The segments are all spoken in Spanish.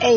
e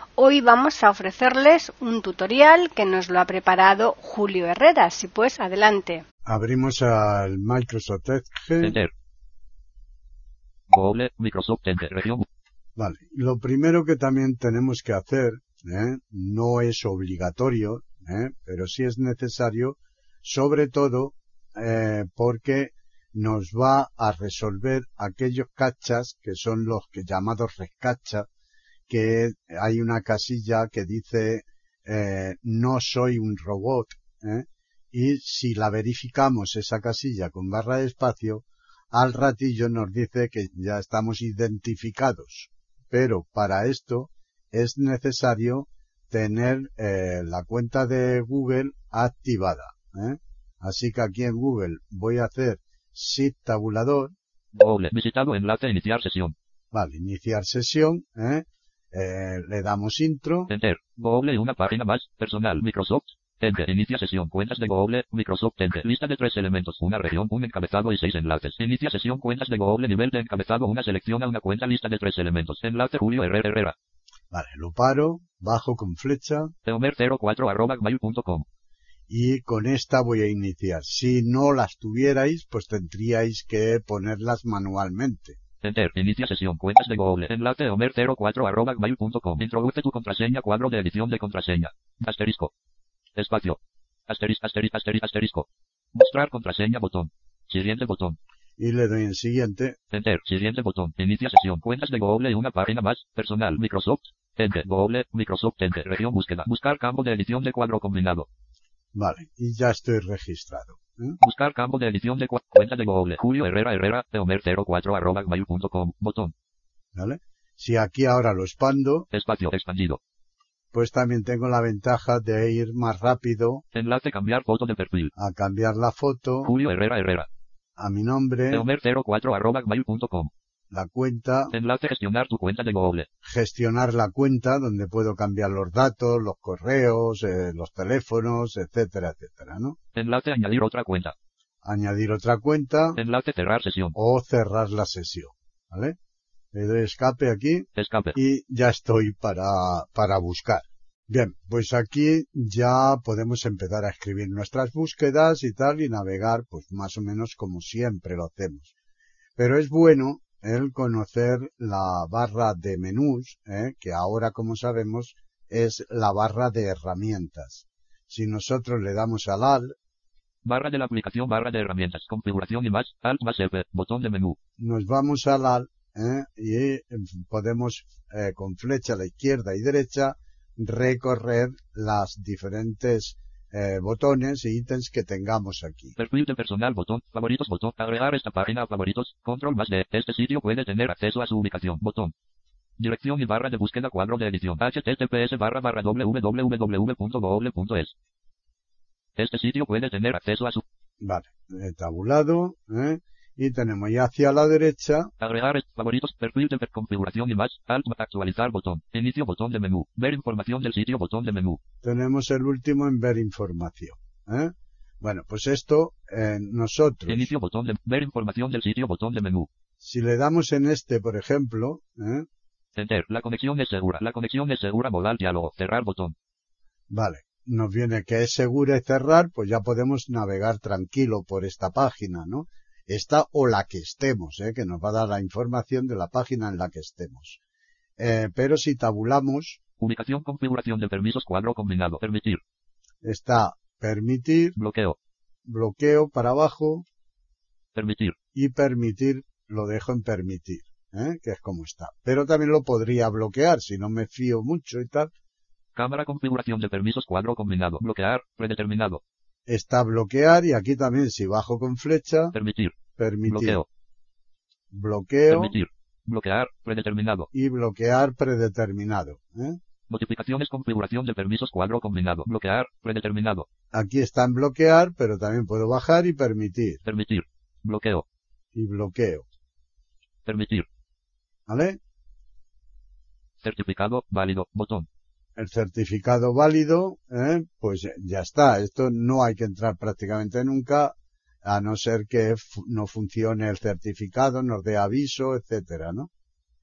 Hoy vamos a ofrecerles un tutorial que nos lo ha preparado Julio Herrera. Si pues, adelante. Abrimos al Microsoft Edge. Enter. Google, Microsoft Enter, región. Vale. Lo primero que también tenemos que hacer, ¿eh? no es obligatorio, ¿eh? pero sí es necesario sobre todo eh, porque nos va a resolver aquellos cachas que son los que llamados rescachas que hay una casilla que dice eh, no soy un robot ¿eh? y si la verificamos esa casilla con barra de espacio al ratillo nos dice que ya estamos identificados pero para esto es necesario tener eh, la cuenta de Google activada ¿Eh? Así que aquí en Google voy a hacer Shift tabulador. Google, visitado enlace, iniciar sesión. Vale, iniciar sesión. ¿eh? Eh, le damos intro. Enter. Google, una página más. Personal, Microsoft. Enter, inicia sesión. Cuentas de Google, Microsoft. Enter, lista de tres elementos. Una región, un encabezado y seis enlaces. Inicia sesión. Cuentas de Google, nivel de encabezado. Una selecciona una cuenta, lista de tres elementos. Enlace, Julio Herrera Herrera. Vale, lo paro. Bajo con flecha. Teomer04 arroba gmail.com y con esta voy a iniciar. Si no las tuvierais, pues tendríais que ponerlas manualmente. Enter, inicia sesión, cuentas de Google, enlace omer04 arroba gmail.com, introduce tu contraseña, cuadro de edición de contraseña, asterisco, espacio, asterisco, asterisco, asterisco, asterisco, mostrar contraseña, botón, siguiente botón, Y le doy en siguiente. enter, siguiente botón, inicia sesión, cuentas de Google, una página más, personal, Microsoft, enter, Google, Microsoft, enter, región búsqueda, buscar campo de edición de cuadro combinado, Vale, y ya estoy registrado. ¿eh? Buscar campo de edición de cua- cuenta de Google. Julio Herrera Herrera, teomer04 arroba gmail.com. Botón. ¿Vale? Si aquí ahora lo expando, Espacio expandido. pues también tengo la ventaja de ir más rápido Enlace cambiar foto de perfil. a cambiar la foto Julio Herrera Herrera. a mi nombre, Teomer04 arroba gmail.com. la cuenta, Enlace gestionar tu cuenta de Google. gestionar la cuenta donde puedo cambiar los datos, los correos, eh, los teléfonos, etcétera, etcétera, ¿no? Enlace añadir otra cuenta. Añadir otra cuenta Enlace cerrar sesión. o cerrar la sesión, ¿vale? Le doy escape aquí Escape. y ya estoy para, para buscar. Bien, pues aquí ya podemos empezar a escribir nuestras búsquedas y tal y navegar pues más o menos como siempre lo hacemos. Pero es bueno el conocer la barra de menús, ¿eh? que ahora como sabemos es la barra de herramientas. Si nosotros le damos al AL, Barra de la aplicación, barra de herramientas, configuración y más. Alt más F. Botón de menú. nos vamos al al ¿eh? y eh, podemos eh, con flecha a la izquierda y derecha recorrer las diferentes eh, botones e ítems que tengamos aquí. Perfil de personal, botón. Favoritos, botón. Agregar esta página a favoritos. Control más D. Este sitio puede tener acceso a su ubicación. Botón. Dirección y barra de búsqueda cuadro de edición. HTTPS barra barra www.google.es. Este sitio puede tener acceso a su... Vale, eh, tabulado ¿eh? y tenemos ya hacia la derecha Agregar est- favoritos, perfil de per- configuración y más. Alt, actualizar botón. Inicio botón de menú. Ver información del sitio botón de menú. tenemos el último en ver información. ¿eh? Bueno, pues esto eh, nosotros, Inicio botón de... Ver información del sitio botón de menú. si le damos en este, por ejemplo, ¿eh? Enter. La conexión es segura. La conexión es segura. Modal diálogo. Cerrar botón. Vale, nos viene que es segura y cerrar, pues ya podemos navegar tranquilo por esta página, ¿no? Esta o la que estemos, ¿eh? que nos va a dar la información de la página en la que estemos. Eh, pero si tabulamos, Ubicación configuración de permisos cuadro combinado. Permitir. está permitir, Bloqueo. bloqueo para abajo Permitir. y permitir, lo dejo en permitir, ¿eh? que es como está. Pero también lo podría bloquear si no me fío mucho y tal. Cámara configuración de permisos cuadro combinado. Bloquear. Predeterminado. Está bloquear y aquí también si bajo con flecha, Permitir. permitir, Bloqueo. bloqueo Permitir. Bloquear. Predeterminado. y bloquear predeterminado. ¿eh? Notificaciones, configuración de permisos, cuadro combinado. Bloquear, predeterminado. Aquí está en bloquear, pero también puedo bajar y permitir. Permitir. Bloqueo. Y bloqueo. Permitir. ¿Vale? Certificado válido. Botón. El certificado válido, ¿eh? pues ya está. Esto no hay que entrar prácticamente nunca, a no ser que no funcione el certificado, nos dé aviso, etcétera, ¿no?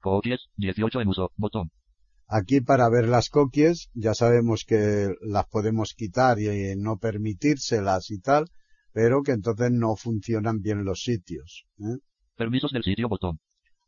Cookies, 18 en uso. Botón. Aquí para ver las cookies, ya sabemos que las podemos quitar y no permitírselas y tal, pero que entonces no funcionan bien los sitios. ¿eh? Permisos del sitio, botón.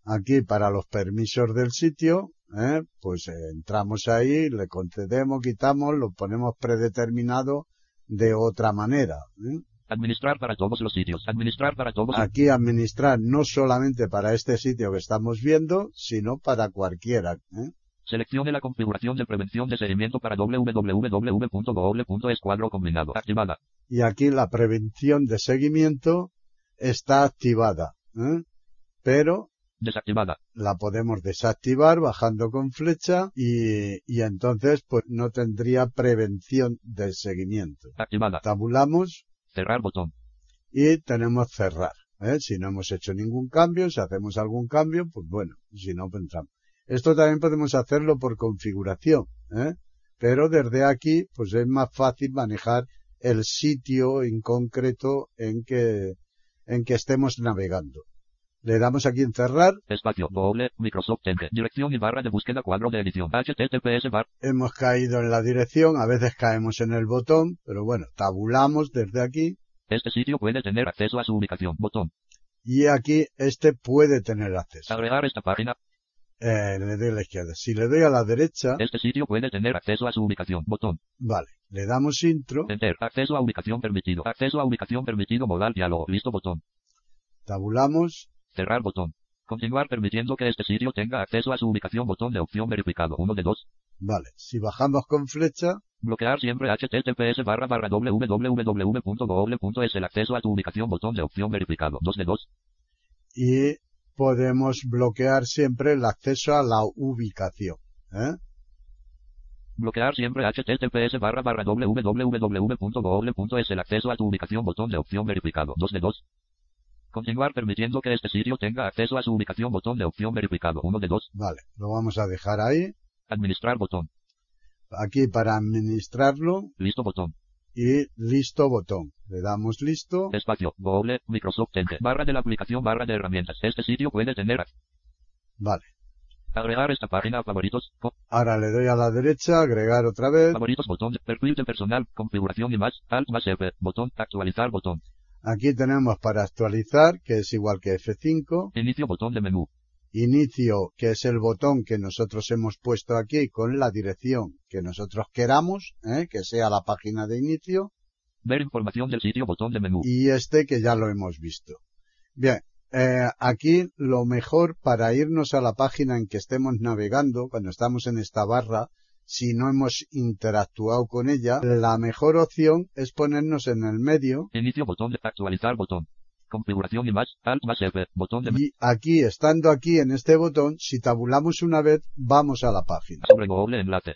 Aquí para los permisos del sitio, ¿eh? pues eh, entramos ahí, le concedemos, quitamos, lo ponemos predeterminado de otra manera. ¿eh? Administrar para todos los sitios. Administrar para todos. Aquí administrar no solamente para este sitio que estamos viendo, sino para cualquiera. ¿eh? Seleccione la configuración de prevención de seguimiento para www.google.es cuadro combinado. Activada. Y aquí la prevención de seguimiento está activada. ¿eh? Pero. Desactivada. La podemos desactivar bajando con flecha y, y entonces pues no tendría prevención de seguimiento. Activada. Tabulamos. Cerrar botón. Y tenemos cerrar. ¿eh? Si no hemos hecho ningún cambio, si hacemos algún cambio, pues bueno, si no, pues entramos. Esto también podemos hacerlo por configuración, ¿eh? pero desde aquí pues es más fácil manejar el sitio en concreto en que en que estemos navegando. Le damos aquí en cerrar. Espacio, doble, Microsoft Edge, dirección y barra de búsqueda cuadro de edición, https bar. Hemos caído en la dirección, a veces caemos en el botón, pero bueno, tabulamos desde aquí. Este sitio puede tener acceso a su ubicación, botón. Y aquí este puede tener acceso. Agregar esta página, eh, le doy a la izquierda. Si le doy a la derecha. Este sitio puede tener acceso a su ubicación. Botón. Vale. Le damos intro. Enter. Acceso a ubicación permitido. Acceso a ubicación permitido. Modal diálogo. Listo botón. Tabulamos. Cerrar botón. Continuar permitiendo que este sitio tenga acceso a su ubicación. Botón de opción verificado. Uno de dos. Vale. Si bajamos con flecha. Bloquear siempre https barra barra www.google.es el acceso a tu ubicación. Botón de opción verificado. Dos de dos. Y podemos bloquear siempre el acceso a la ubicación. ¿eh? Bloquear siempre https barra barra www.google.es el acceso a tu ubicación botón de opción verificado 2 de 2. Continuar permitiendo que este sitio tenga acceso a su ubicación botón de opción verificado 1 de 2. Vale, lo vamos a dejar ahí. Administrar botón. Aquí para administrarlo. Listo botón y listo botón. Le damos listo. Espacio, Google, Microsoft Edge, barra de la aplicación, barra de herramientas. Este sitio puede tener. Vale. Agregar esta página a favoritos. Ahora le doy a la derecha, agregar otra vez. Favoritos, botón, perfil de personal, configuración y más, alt más F, botón, actualizar botón. Aquí tenemos para actualizar, que es igual que F5. Inicio botón de menú. Inicio, que es el botón que nosotros hemos puesto aquí con la dirección que nosotros queramos, ¿eh? que sea la página de inicio. Ver información del sitio, botón de menú. Y este que ya lo hemos visto. Bien, eh, aquí lo mejor para irnos a la página en que estemos navegando, cuando estamos en esta barra, si no hemos interactuado con ella, la mejor opción es ponernos en el medio. Inicio, botón de actualizar, botón configuración y más, alt más F, botón de... Y aquí, estando aquí en este botón, si tabulamos una vez, vamos a la página. Sobre Google enlace.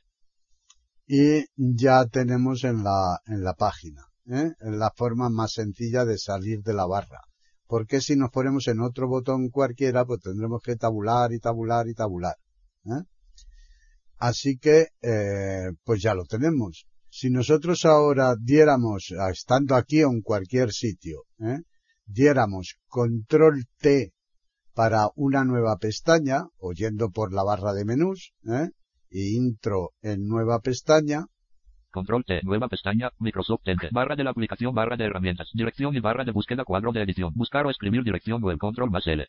Y ya tenemos en la, en la página, ¿eh? en la forma más sencilla de salir de la barra. Porque si nos ponemos en otro botón cualquiera, pues tendremos que tabular y tabular y tabular. ¿eh? Así que, eh, pues ya lo tenemos. Si nosotros ahora diéramos, estando aquí o en cualquier sitio, ¿eh? diéramos control T para una nueva pestaña, oyendo por la barra de menús, ¿eh? y intro en nueva pestaña. Control T, nueva pestaña, Microsoft Edge, barra de la aplicación, barra de herramientas, dirección y barra de búsqueda, cuadro de edición, buscar o escribir dirección web, control más L.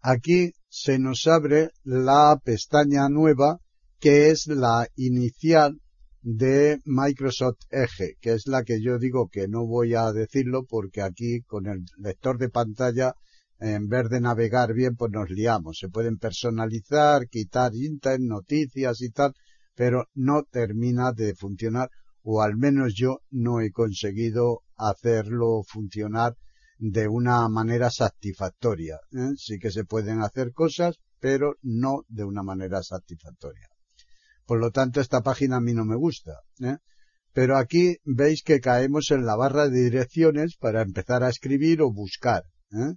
Aquí se nos abre la pestaña nueva, que es la inicial de Microsoft Edge, que es la que yo digo que no voy a decirlo porque aquí con el lector de pantalla, en vez de navegar bien, pues nos liamos. Se pueden personalizar, quitar internet, noticias y tal, pero no termina de funcionar, o al menos yo no he conseguido hacerlo funcionar de una manera satisfactoria. ¿eh? Sí que se pueden hacer cosas, pero no de una manera satisfactoria. Por lo tanto, esta página a mí no me gusta. ¿eh? Pero aquí veis que caemos en la barra de direcciones para empezar a escribir o buscar. ¿eh?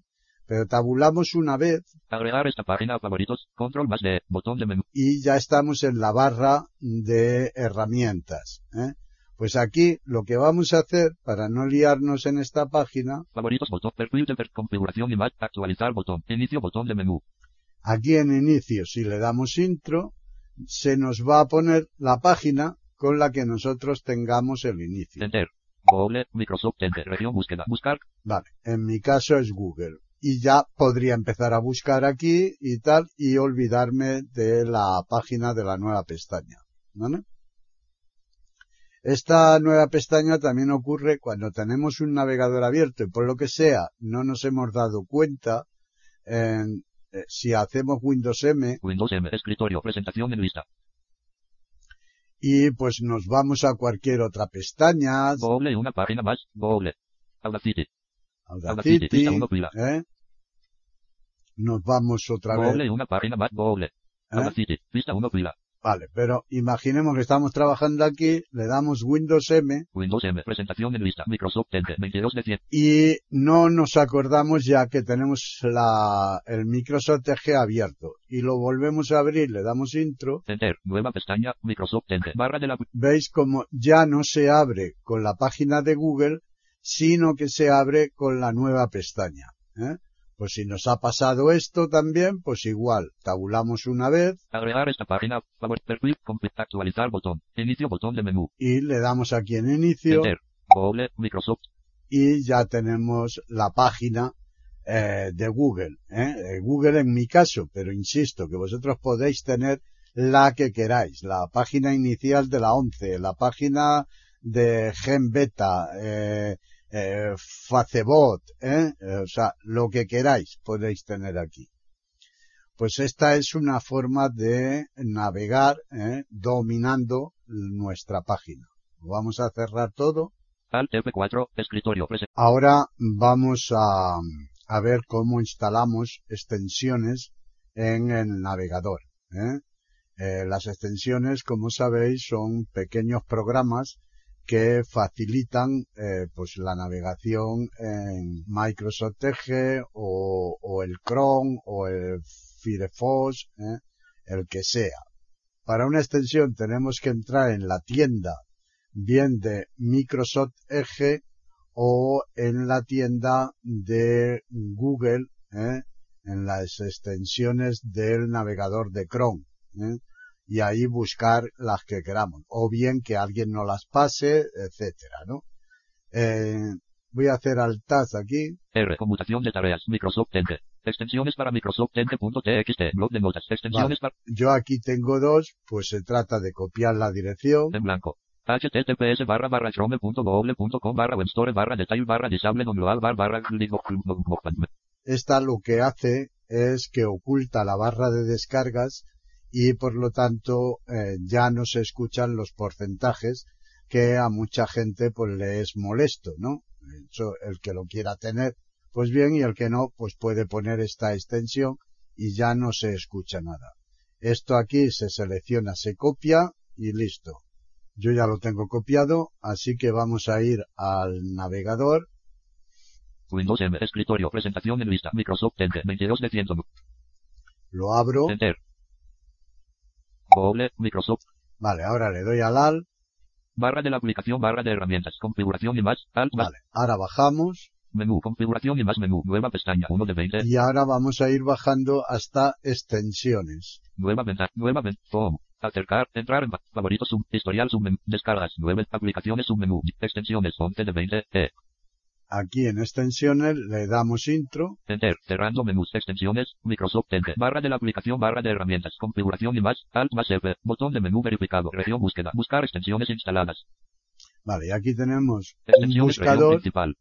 Pero tabulamos una vez Agregar esta página a favoritos. Control más D. Botón de menú. y ya estamos en la barra de herramientas. ¿eh? Pues aquí lo que vamos a hacer para no liarnos en esta página, Favoritos. Botón. Perfil de per- configuración y más. Actualizar. Botón. Inicio. Botón de menú. aquí en inicio, si le damos intro, se nos va a poner la página con la que nosotros tengamos el inicio. Enter. Google. Microsoft. Enter. Región. Búsqueda. Buscar. Vale, en mi caso es Google. Y ya podría empezar a buscar aquí y tal y olvidarme de la página de la nueva pestaña. ¿Vale? Esta nueva pestaña también ocurre cuando tenemos un navegador abierto y por lo que sea no nos hemos dado cuenta en- eh, si hacemos Windows M Windows M. Escritorio. Presentación en lista. y pues nos vamos a cualquier otra pestaña, Google y una página más. Google. Audacity. Audacity, Audacity, lista uno, pila. ¿eh? nos vamos otra vez Google y una página más. Google. ¿Eh? Audacity. Lista 1 pila. Vale, pero imaginemos que estamos trabajando aquí, le damos Windows M Windows M. Presentación en lista. Microsoft. Enter. 22 de 100. y no nos acordamos ya que tenemos la, el Microsoft Edge abierto y lo volvemos a abrir, le damos intro, Enter. Nueva pestaña. Microsoft. Enter. Barra de la. veis como ya no se abre con la página de Google, sino que se abre con la nueva pestaña. ¿eh? Pues si nos ha pasado esto también, pues igual, tabulamos una vez Agregar esta página. Favor. Perfil. comp- Actualizar. Botón. Inicio. Botón de menú. y le damos aquí en inicio. Enter. Google. Microsoft. y ya tenemos la página eh, de Google. ¿eh? Eh, Google en mi caso, pero insisto que vosotros podéis tener la que queráis, la página inicial de la 11, la página de Gen Beta, eh, eh, Facebook, ¿eh? Eh, o sea, lo que queráis podéis tener aquí. Pues esta es una forma de navegar ¿eh? dominando nuestra página. Vamos a cerrar todo. Alt F4. Escritorio. Presen- Ahora vamos a, a ver cómo instalamos extensiones en el navegador. ¿eh? Eh, las extensiones, como sabéis, son pequeños programas que facilitan eh, pues la navegación en Microsoft Edge o, o el Chrome o el Firefox, ¿eh? el que sea. Para una extensión tenemos que entrar en la tienda bien de Microsoft Edge o en la tienda de Google, ¿eh? en las extensiones del navegador de Chrome, ¿eh? y ahí buscar las que queramos, o bien que alguien nos las pase, etcétera, ¿no? Eh, voy a hacer altaz aquí, R. Conmutación de tareas. Microsoft. Enter. Extensiones para Microsoft. Enter.txt. Blog de notas. Extensiones para. yo aquí tengo dos, pues se trata de copiar la dirección, En blanco. https barra barra chrome.google.com barra webstore barra detail barra disable download bar barra click esta lo que hace es que oculta la barra de descargas y por lo tanto eh, ya no se escuchan los porcentajes que a mucha gente pues le es molesto, ¿no? Eso, el que lo quiera tener, pues bien, y el que no, pues puede poner esta extensión y ya no se escucha nada. Esto aquí se selecciona, se copia y listo. Yo ya lo tengo copiado, así que vamos a ir al navegador Windows M. Escritorio. Presentación en lista. Microsoft. Enter. 22 de 100. lo abro. Enter. Google. Microsoft. Vale, ahora le doy al al. Barra de la aplicación. Barra de herramientas. Configuración y más. Alt más. Vale, ahora bajamos Menú. Configuración y más menú. Nueva pestaña. 1 de 20. y ahora vamos a ir bajando hasta extensiones. Nueva ventana. Nueva ventana. Home. Acercar. Entrar en. Favoritos. Sub. Historial. Submenú. Descargas. 9. Aplicaciones. Submenú. Extensiones. 11 de 20. E. Aquí en extensiones le damos intro Enter. Cerrando menús. Extensiones. Microsoft Enter. Barra de la aplicación. Barra de herramientas. Configuración y más. Alt más F. Botón de menú verificado. Región búsqueda. Buscar extensiones instaladas. Vale, y aquí tenemos un Extensiones. Región buscador principal.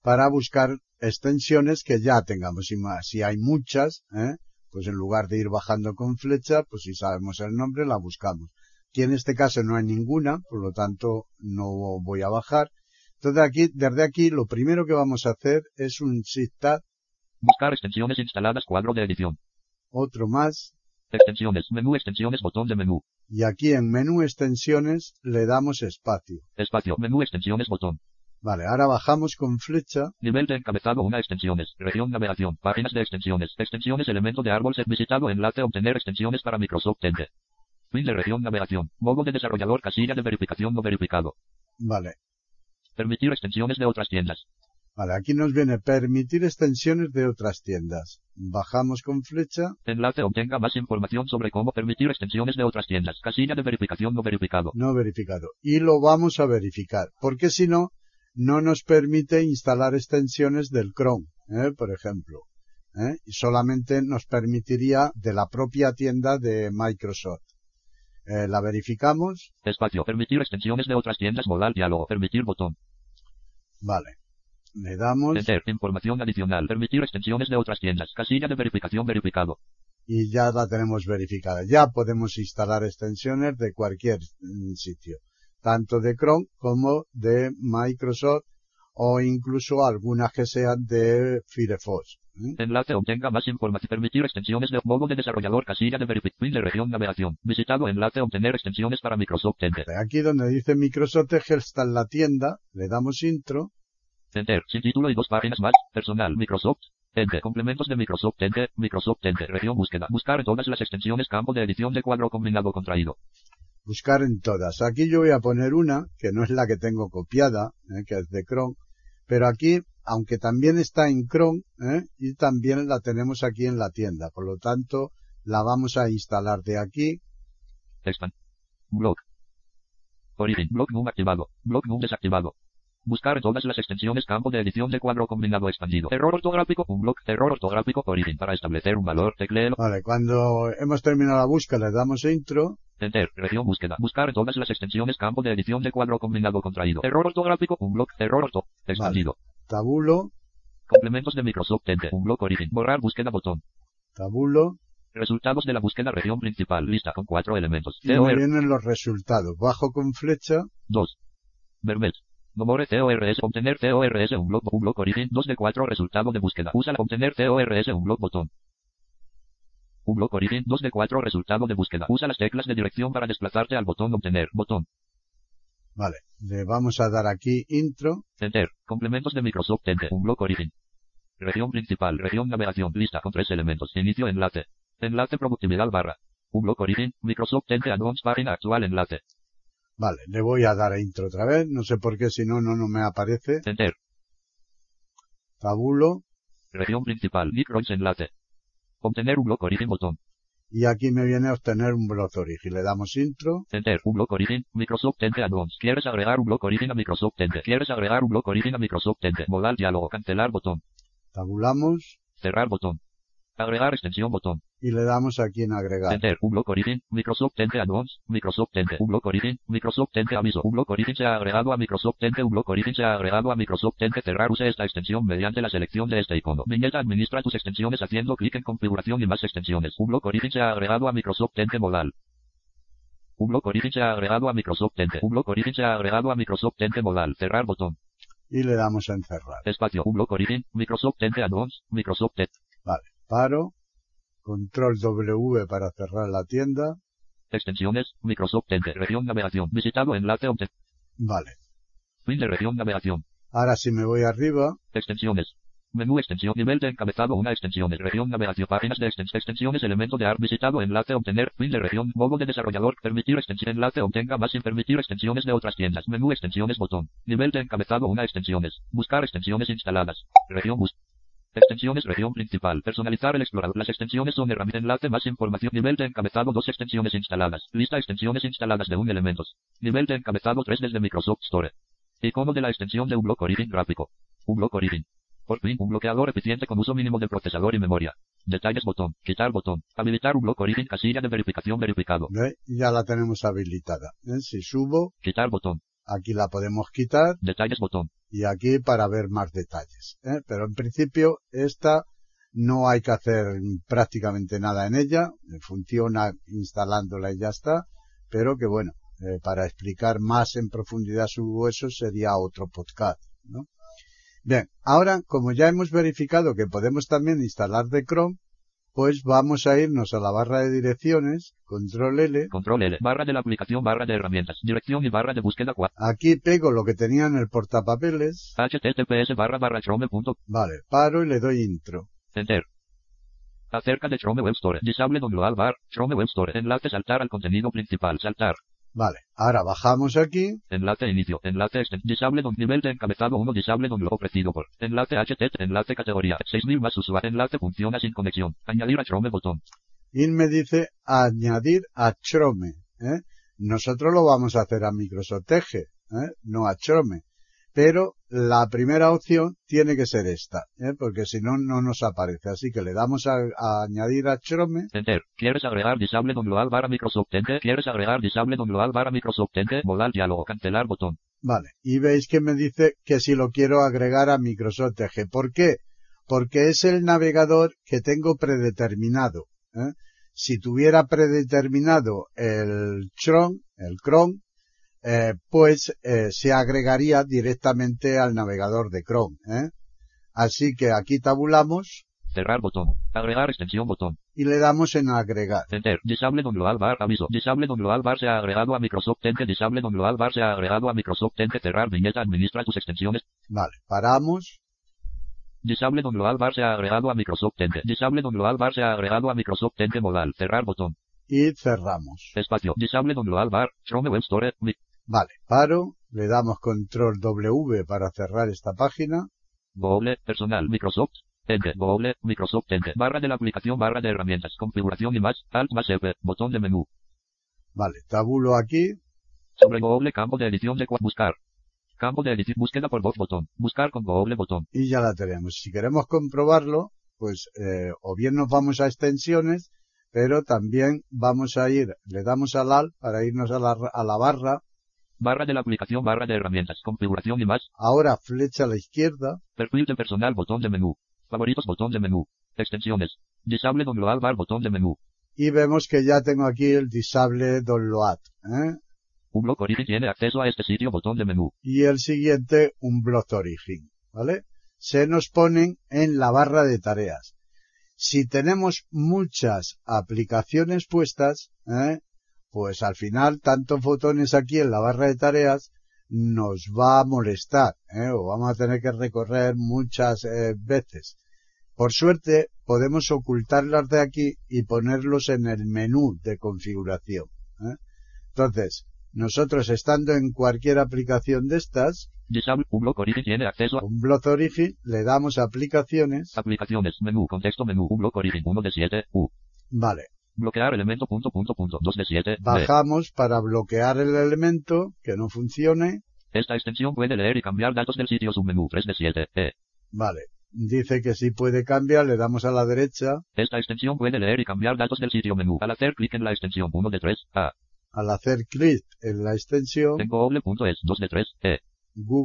para buscar extensiones que ya tengamos. Y más, si hay muchas, ¿eh? pues en lugar de ir bajando con flecha, pues si sabemos el nombre, la buscamos. Aquí en este caso no hay ninguna, por lo tanto no voy a bajar. Entonces aquí, desde aquí, lo primero que vamos a hacer es un shift-tab, Buscar extensiones instaladas. Cuadro de edición. otro más, Extensiones. Menú. Extensiones. Botón de menú. y aquí en menú extensiones le damos espacio. Espacio. Menú extensiones. Botón. Vale, ahora bajamos con flecha. Nivel de encabezado 1 extensiones. Región navegación. Páginas de extensiones. Extensiones elemento de árbol ser visitado. Enlace obtener extensiones para Microsoft Edge. Fin de región navegación. Modo de desarrollador casilla de verificación no verificado. Vale, Permitir extensiones de otras tiendas. vale, aquí nos viene permitir extensiones de otras tiendas. Bajamos con flecha. Enlace obtenga más información sobre cómo permitir extensiones de otras tiendas. Casilla de verificación no verificado. no verificado y lo vamos a verificar porque si no no nos permite instalar extensiones del Chrome ¿eh? por ejemplo ¿eh? y solamente nos permitiría de la propia tienda de Microsoft Eh, la verificamos Espacio. Permitir extensiones de otras tiendas. Modal diálogo. Permitir botón. vale le damos Enter. Información adicional. Permitir extensiones de otras tiendas. Casilla de verificación verificado. y ya la tenemos verificada ya podemos instalar extensiones de cualquier mm, sitio tanto de Chrome como de Microsoft o incluso algunas que sean de Firefox ¿eh? Enlace obtenga más información. Permitir extensiones de modo de desarrollador. Casilla de verificación. Fin de región navegación. Visitado enlace obtener extensiones para Microsoft Edge. Aquí donde dice Microsoft Edge está en la tienda, le damos intro, Enter. Sin título y dos páginas más. Personal. Microsoft. Edge. Complementos de Microsoft Edge. Microsoft Edge. Región búsqueda. Buscar en todas las extensiones. Campo de edición de cuadro combinado contraído. buscar en todas. Aquí yo voy a poner una, que no es la que tengo copiada, ¿eh? que es de Chrome, pero aquí, aunque también está en Chrome, ¿eh? y también la tenemos aquí en la tienda, por lo tanto, la vamos a instalar de aquí, Expand. Blog. Origen. Blog Num activado. Blog Num desactivado. Buscar en todas las extensiones. Campo de edición de cuadro combinado expandido. Error ortográfico. Un blog. Error ortográfico. Origen. Para establecer un valor. Tecleo. vale, cuando hemos terminado la búsqueda le damos intro, Enter. Región búsqueda. Buscar en todas las extensiones. Campo de edición de cuadro combinado contraído. Error ortográfico. Un blog. Error orto. Expandido. tabulo, Complementos de Microsoft Edge. Un blog origen. Borrar búsqueda botón. tabulo, Resultados de la búsqueda región principal. Lista con cuatro elementos. y me COR vienen los resultados, bajo con flecha, 2. Vermel. Nombre CORS. Obtener CORS. Un blog. Un blog origen. 2 de 4. Resultado de búsqueda. Usa la obtener CORS. Un blog botón. Un blog origen. 2 de 4. Resultado de búsqueda. Usa las teclas de dirección para desplazarte al botón obtener. Botón. vale, le vamos a dar aquí intro, Enter. Complementos de Microsoft Edge. Un blog origen. Región principal. Región navegación. Lista con tres elementos. Inicio enlace. Enlace productividad barra. Un blog origen. Microsoft Edge Add-ons página actual enlace. Vale, le voy a dar a intro otra vez, no sé por qué, si no, no, no me aparece. Enter. Tabulo, Región principal. Microins enlace. Obtener un blog origen botón. y aquí me viene a obtener un browser y le damos intro, Enter. Un blog origen. Microsoft Edge Add-ons. ¿Quieres agregar un blog origen a Microsoft Edge? ¿Quieres agregar un blog origen a Microsoft Edge? Modal diálogo. Cancelar botón. tabulamos, Cerrar botón. Agregar extensión botón. y le damos aquí en agregar. Enter. Un blog origen. Microsoft Edge Add-ons. Microsoft Edge. Un blog origen. Microsoft Edge aviso. Un blog origen se ha agregado a Microsoft Edge. Un blog origen se ha agregado a Microsoft Edge. Cerrar. Use esta extensión mediante la selección de este icono. Viñeta administra tus extensiones haciendo clic en configuración y más extensiones. Un blog origen se ha agregado a Microsoft Edge modal. Un blog origen se ha agregado a Microsoft Edge. Un blog origen se ha agregado a Microsoft Edge modal. Cerrar botón. Y le damos en cerrar. Espacio. Un blog origen. Microsoft Edge Add-ons. Microsoft Edge. Vale, paro, control W para cerrar la tienda. Extensiones. Microsoft Edge. Región navegación. Visitado enlace obte. Vale, Fin de región navegación. ahora si me voy arriba, Extensiones. Menú extensión. Nivel de encabezado. Una extensiones. Región navegación. Páginas de extens- extensiones. Elemento de ar. Visitado. Enlace. Obtener. Fin de región. Modo de desarrollador. Permitir extensión. Enlace. Obtenga más sin permitir extensiones de otras tiendas. Menú extensiones. Botón. Nivel de encabezado. Una extensiones. Buscar extensiones instaladas. Región bus. Extensiones. Región principal. Personalizar el explorador. Las extensiones son herramienta. Enlace. Más información. Nivel de encabezado. Dos extensiones instaladas. Lista extensiones instaladas de un elemento. Nivel de encabezado 3 desde Microsoft Store. Icono de la extensión de un bloque origen gráfico. Un bloque origen. Por fin, un bloqueador eficiente con uso mínimo de procesador y memoria. Detalles botón, quitar botón, habilitar un bloque origen casilla de verificación verificado. ¿ve? ya la tenemos habilitada. ¿eh? Si subo, Quitar botón, aquí la podemos quitar detalles botón, y aquí para ver más detalles. ¿eh? Pero en principio esta no hay que hacer prácticamente nada en ella, funciona instalándola y ya está, pero que bueno, eh, para explicar más en profundidad su eso sería otro podcast. ¿no? Bien, ahora como ya hemos verificado que podemos también instalar de Chrome, pues vamos a irnos a la barra de direcciones, control L. Control L, barra de la aplicación, barra de herramientas, dirección y barra de búsqueda 4. Aquí pego lo que tenía en el portapapeles. HTTPS barra barra chrome punto. Vale, paro y le doy intro. Enter. Acerca de Chrome Web Store. Disable global bar. Chrome Web Store. Enlace saltar al contenido principal. Saltar. Vale, ahora bajamos aquí. Enlace inicio. Enlace extend. Disable don nivel de encabezado 1. Disable don lo ofrecido por. Enlace HTTP. Enlace categoría. 6000 más usuario. Enlace funciona sin conexión. Añadir a Chrome botón. Y me dice añadir a Chrome. ¿eh? Nosotros lo vamos a hacer a Microsoft Edge, ¿eh? no a Chrome. Pero la primera opción tiene que ser esta, ¿eh? porque si no, no nos aparece. Así que le damos a, a añadir a Chrome. Enter. ¿Quieres agregar disable don global barra Microsoft Edge? ¿Quieres agregar disable don global barra Microsoft Edge? Volar diálogo. Cancelar botón. Vale, y veis que me dice que si lo quiero agregar a Microsoft Edge. ¿Por qué? Porque es el navegador que tengo predeterminado. ¿eh? Si tuviera predeterminado el Chrome, el Chrome, eh, pues eh, se agregaría directamente al navegador de Chrome. ¿eh? Así que aquí tabulamos Cerrar botón. Agregar extensión botón. y le damos en agregar. Enter. Disable don global bar. Aviso. Disable don global bar se ha agregado a Microsoft Edge. Disable don global bar se ha agregado a Microsoft Edge. Cerrar viñeta. Administra tus extensiones. Vale, paramos. Disable don global bar se ha agregado a Microsoft Edge. Disable don global bar se ha agregado a Microsoft Edge. Modal. Cerrar botón. Y cerramos. Espacio. Disable don global bar. Chrome Web Store. Mi- Vale, paro. Le damos control W para cerrar esta página. Google, personal, Microsoft, Edge, Google, Microsoft Edge, barra de la aplicación, barra de herramientas, configuración y más, Alt más F, botón de menú, Vale, tabulo aquí. sobre Google, campo de edición de cua- buscar, campo de edición, búsqueda por voz, botón, buscar con Google, botón, y ya la tenemos. Si queremos comprobarlo, pues eh, o bien nos vamos a extensiones, pero también vamos a ir, le damos al AL para irnos a la, a la barra, barra de la aplicación, barra de herramientas, configuración y más, ahora flecha a la izquierda, perfil de personal, botón de menú, favoritos, botón de menú, extensiones, disable don global bar, botón de menú, y vemos que ya tengo aquí el disable Don Load, ¿eh? un blog origen tiene acceso a este sitio, botón de menú, y el siguiente un blog origin, ¿vale? Se nos ponen en la barra de tareas. Si tenemos muchas aplicaciones puestas, ¿eh? pues al final tantos botones aquí en la barra de tareas nos va a molestar, ¿eh? o vamos a tener que recorrer muchas eh, veces. Por suerte, podemos ocultarlas de aquí y ponerlos en el menú de configuración. ¿eh? Entonces, nosotros estando en cualquier aplicación de estas, disable, un blog origen tiene acceso a un blog Origin, le damos a aplicaciones, aplicaciones, menú, contexto menú, un blog origen 1 de 7, U, vale, bloquear elemento, punto, punto, punto, 2 de 7, B. bajamos para bloquear el elemento que no funcione, Esta extensión puede leer y cambiar datos del sitio submenú 3 de 7. E. vale, dice que sí puede cambiar, le damos a la derecha, Esta extensión puede leer y cambiar datos del sitio menú. Al hacer clic en la extensión 1 de 3. A. al hacer clic en la extensión, En google.es 2 de 3. E.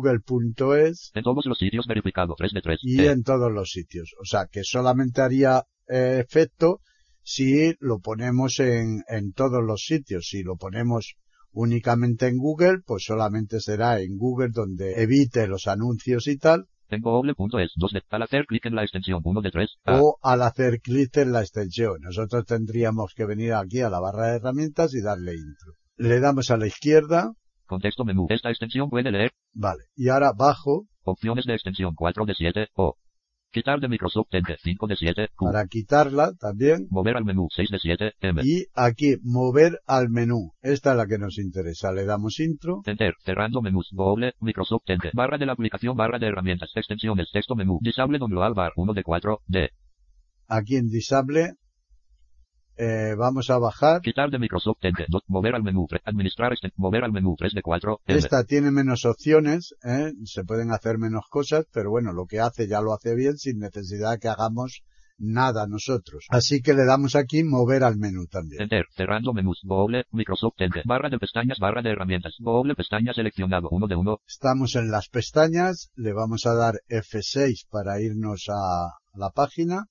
google.es En todos los sitios verificado 3 de 3. y E. en todos los sitios, o sea que solamente haría eh, efecto si lo ponemos en, en todos los sitios, si lo ponemos únicamente en Google, pues solamente será en Google donde evite los anuncios y tal, En google.es 2 de Al hacer clic en la extensión 1 de 3. A. o al hacer clic en la extensión. Nosotros tendríamos que venir aquí a la barra de herramientas y darle intro. Le damos a la izquierda, Contexto menú. Esta extensión puede leer vale, y ahora bajo opciones de extensión 4 de 7. O. Quitar de Microsoft Edge 5 de 7. Q. para quitarla también Mover al menú 6 de 7. M. y aquí mover al menú. Esta es la que nos interesa. Le damos intro. Enter, cerrando menús, Google, Microsoft Edge, barra de la aplicación, barra de herramientas, extensiones, texto menú, disable don global bar, 1 de 4, D, aquí en Disable. Eh, vamos a bajar. quitar de Microsoft Edge, do- mover al menú, tre- administrar, exten- mover al menú, 3 de 4, M, Esta tiene menos opciones, ¿eh? se pueden hacer menos cosas, pero bueno, lo que hace ya lo hace bien sin necesidad que hagamos nada nosotros. Así que le damos aquí mover al menú también. enter, cerrando menús, Google, Microsoft Edge, barra de pestañas, barra de herramientas, Google, pestaña seleccionado, 1 de 1, Estamos en las pestañas, le vamos a dar F6 para irnos a la página.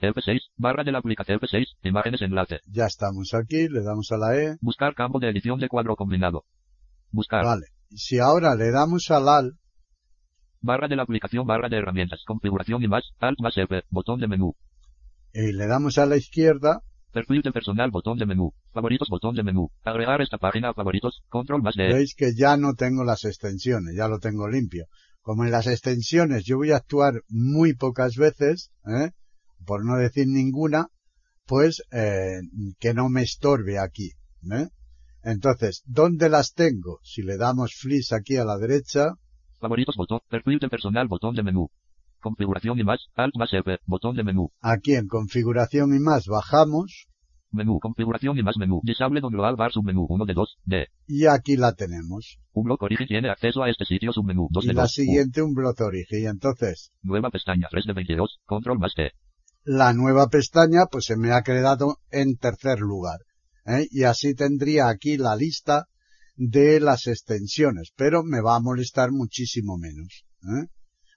F6, barra de la aplicación, F6, imágenes, enlace, Ya estamos aquí, le damos a la E. buscar campo de edición de cuadro combinado, buscar, Vale. Si ahora le damos al AL, barra de la aplicación, barra de herramientas, configuración y más, alt más F, botón de menú, y le damos a la izquierda Perfil de personal, botón de menú. Favoritos, botón de menú. Agregar esta página a favoritos, control más de... Veis que ya no tengo las extensiones, ya lo tengo limpio. Como en las extensiones yo voy a actuar muy pocas veces, ¿eh? por no decir ninguna, pues eh, que no me estorbe aquí. ¿eh? Entonces, ¿dónde las tengo? Si le damos flis aquí a la derecha, Favoritos, botón. Perfil de personal, botón de menú. Configuración y más, alt más F, botón de menú. aquí en configuración y más bajamos Menú, configuración y más menú. Disable don global bar submenú 1 de 2, D. y aquí la tenemos. Un blog origin tiene acceso a este sitio submenú 2 Y de la 2. U. siguiente un blog origin. Entonces, Nueva pestaña 3 de 22, control más T. la nueva pestaña pues se me ha creado en tercer lugar. ¿eh? Y así tendría aquí la lista de las extensiones, pero me va a molestar muchísimo menos. ¿eh?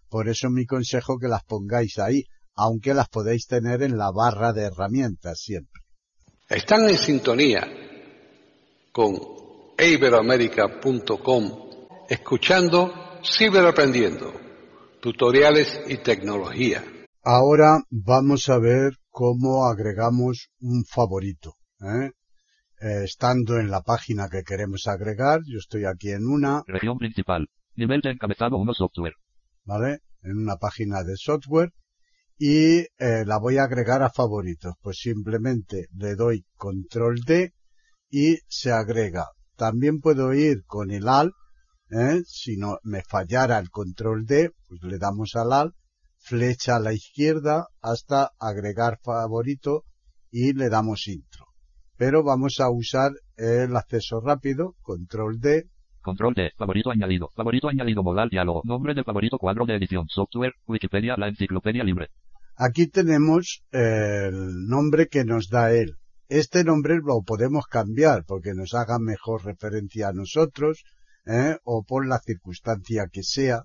Por eso mi consejo que las pongáis ahí, aunque las podéis tener en la barra de herramientas siempre. Están en sintonía con iberoamerica.com escuchando Ciberaprendiendo, tutoriales y tecnología. Ahora vamos a ver cómo agregamos un favorito. ¿eh? Eh, estando en la página que queremos agregar, yo estoy aquí en una, Región principal. Nivel de encabezado 1 software. ¿vale? En una página de software y eh, la voy a agregar a favoritos. Pues simplemente le doy control D y se agrega. También puedo ir con el AL, ¿eh? si no me fallara el control D, pues le damos al AL, flecha a la izquierda hasta agregar favorito y le damos intro. Pero vamos a usar el acceso rápido, control D, Control D. Favorito añadido. Favorito añadido. Modal diálogo. Nombre de favorito. Cuadro de edición. Software. Wikipedia. La enciclopedia libre. Aquí tenemos eh, el nombre que nos da él. Este nombre lo podemos cambiar porque nos haga mejor referencia a nosotros ¿eh? o por la circunstancia que sea,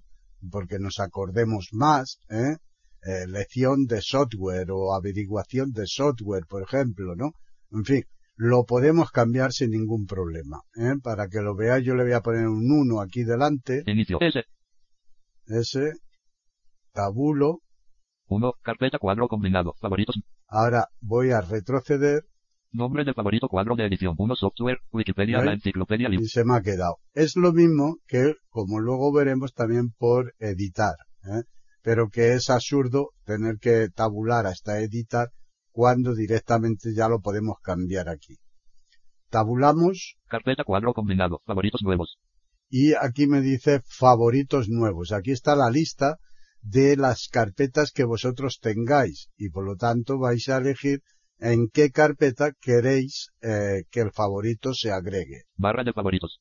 porque nos acordemos más. ¿eh? Eh, lección de software o averiguación de software, por ejemplo, ¿no? En fin, lo podemos cambiar sin ningún problema. ¿eh? Para que lo veáis, yo le voy a poner un 1 aquí delante, Inicio. S. ese tabulo. 1. Carpeta cuadro combinado. Favoritos. Ahora voy a retroceder Nombre de favorito. Cuadro de edición. 1 software. Wikipedia. ¿Vale? La enciclopedia libre. y se me ha quedado. Es lo mismo que, como luego veremos también por editar, ¿eh? pero que es absurdo tener que tabular hasta editar cuando directamente ya lo podemos cambiar aquí. Tabulamos Carpeta cuadro combinado. Favoritos nuevos. y aquí me dice favoritos nuevos. Aquí está la lista de las carpetas que vosotros tengáis y por lo tanto vais a elegir en qué carpeta queréis eh, que el favorito se agregue. Barra de favoritos.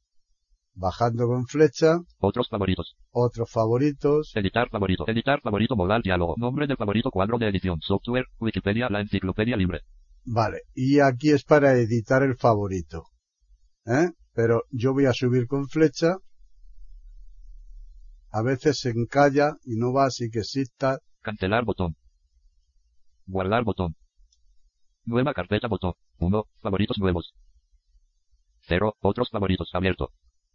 Bajando con flecha, Otros favoritos. otros favoritos, Editar favorito. Editar favorito. Modal diálogo. Nombre de favorito. Cuadro de edición. Software. Wikipedia. La enciclopedia libre. Vale, y aquí es para editar el favorito. ¿Eh? Pero yo voy a subir con flecha. A veces se encalla y no va, así que exista. Cancelar botón. Guardar botón. Nueva carpeta botón. 1. Favoritos nuevos. 0. Otros favoritos abierto.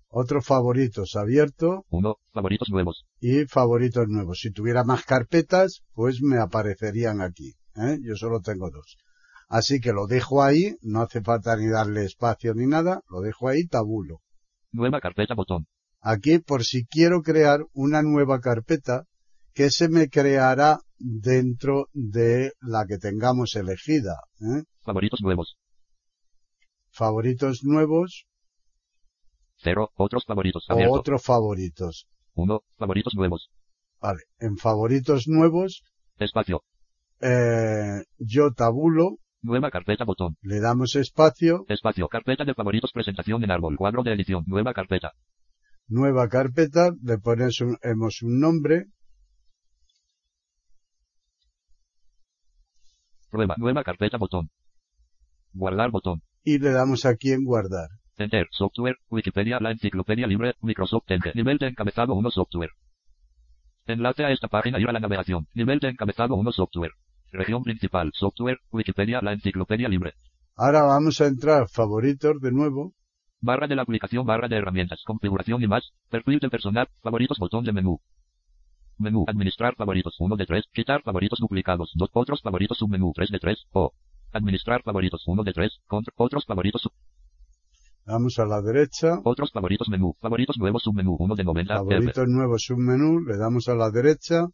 Otros favoritos abierto 1. Favoritos nuevos. y favoritos nuevos. Si tuviera más carpetas, pues me aparecerían aquí. ¿eh? Yo solo tengo dos. Así que lo dejo ahí, no hace falta ni darle espacio ni nada, lo dejo ahí, tabulo. Nueva carpeta botón. aquí por si quiero crear una nueva carpeta que se me creará dentro de la que tengamos elegida. ¿eh? Favoritos nuevos. Favoritos nuevos 0. Otros favoritos o abierto. otros favoritos. 1. Favoritos nuevos. Vale, en favoritos nuevos Espacio. eh, yo tabulo, Nueva carpeta botón. le damos espacio, Espacio. Carpeta de favoritos presentación en árbol. Cuadro de edición. Nueva carpeta. nueva carpeta, le ponemos un, hemos un nombre, Prueba. Nueva carpeta botón. Guardar botón. y le damos aquí en guardar. Enter. Software. Wikipedia. La enciclopedia libre. Microsoft Edge. Nivel de encabezado 1 software. Enlace a esta página. Ir a la navegación. Nivel de encabezado 1 software. Región principal. Software. Wikipedia. La enciclopedia libre. Ahora vamos a entrar a favoritos de nuevo Barra de la aplicación. Barra de herramientas. Configuración y más. Perfil de personal. Favoritos. Botón de menú. Menú. Administrar favoritos. 1 de 3. Quitar favoritos duplicados. 2. Otros favoritos. Submenú. 3 de 3. O. Administrar favoritos. 1 de 3. Contra, otros favoritos. sub- Vamos a la derecha. Otros favoritos. Menú. Favoritos nuevos. Submenú. 1 de 90. F. Favoritos nuevos submenú. Le damos a la derecha. Eh,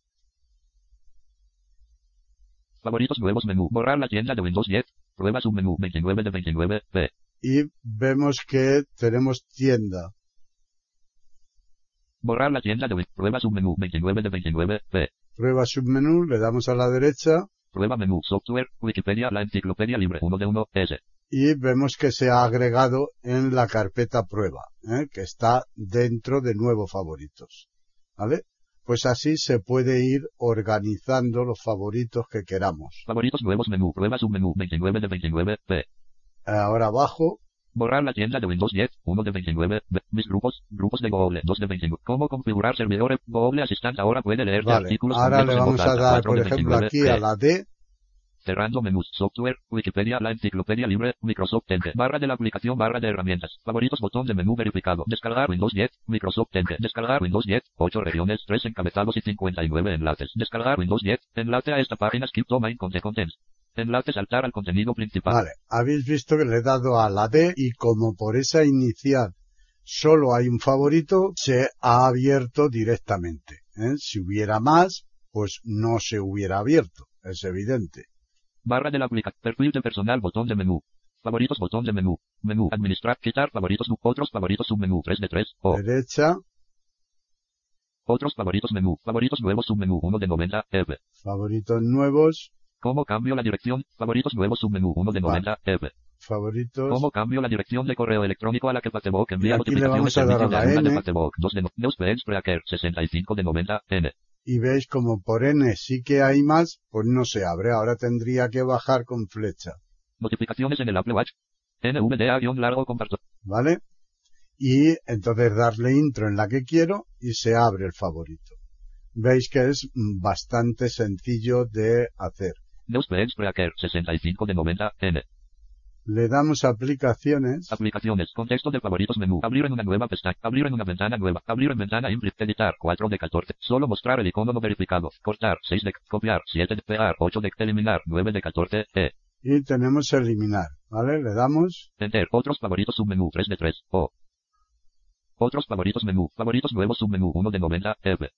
Favoritos nuevos. Menú. Borrar la tienda de Windows 10. Prueba submenú. 29 de 29. P. Y vemos que tenemos tienda. Borrar la tienda de Windows. Prueba submenú. 29 de 29. P. Prueba submenú. Le damos a la derecha. Prueba menú. Software. Wikipedia. La enciclopedia libre. 1 de 1. S. Y vemos que se ha agregado en la carpeta prueba, ¿eh? que está dentro de nuevo favoritos. ¿Vale? Pues así se puede ir organizando los favoritos que queramos. Favoritos nuevos. Menú. Prueba submenú. 29 de 29. P. Eh, Ahora abajo Borrar la tienda de Windows 10, 1 de 29, B- mis grupos, grupos de Google, 2 de 29. ¿Cómo configurar servidores? Google Assistant ahora puede leer de Vale, artículos ahora le completos en vamos voz a alta, dar, 4 por de ejemplo, 29, aquí a B. la D. Cerrando menús, software, Wikipedia, la enciclopedia libre, Microsoft Edge, barra de la aplicación, barra de herramientas, favoritos, botón de menú verificado, descargar Windows 10, Microsoft Edge, descargar Windows 10, 8 regiones, 3 encabezados y 59 enlaces, descargar Windows 10, enlace a esta página, skip domain con the contents, enlace saltar al contenido principal. Vale, habéis visto que le he dado a la D y como por esa inicial solo hay un favorito, se ha abierto directamente. ¿eh? Si hubiera más, pues no se hubiera abierto, es evidente. Barra de la aplicación. Perfil de personal. Botón de menú. Favoritos. Botón de menú. Menú. Administrar. Quitar. Favoritos. sub- Otros favoritos. Submenú. 3 de 3. O. Derecha, Otros favoritos. Menú. Favoritos nuevos. Submenú. 1 de 90. F. favoritos nuevos, ¿Cómo cambio la dirección? Favoritos nuevos. Submenú. 1 de 90. F. favoritos, ¿Cómo cambio la dirección de correo electrónico a la que Facebook envía Y Pues aquí le notificaciones? vamos a dar Servicio a la de ayuda de N. Facebook. 2 de no- Newsfeeds Tracker. 65 de 90. N. y veis como por N sí que hay más, pues no se abre. Ahora tendría que bajar con flecha, Notificaciones en el Apple Watch. NVDA-largo comparto. ¿vale? Y entonces darle intro en la que quiero y se abre el favorito. Veis que es mm, bastante sencillo de hacer. Newsfeeds Tracker. 65 de 90. N. Le damos aplicaciones, Aplicaciones. Contexto de favoritos menú. Abrir en una nueva pestaña. Abrir en una ventana nueva. Abrir en ventana implícita. Editar 4 de 14. Solo mostrar el icono no verificado. Cortar 6 de copiar. 7 de pegar. 8 de eliminar. 9 de 14. E. y tenemos eliminar, ¿vale? Le damos, Enter. Otros favoritos submenú 3 de 3. O. Otros favoritos menú. Favoritos nuevos submenú 1 de 90. F.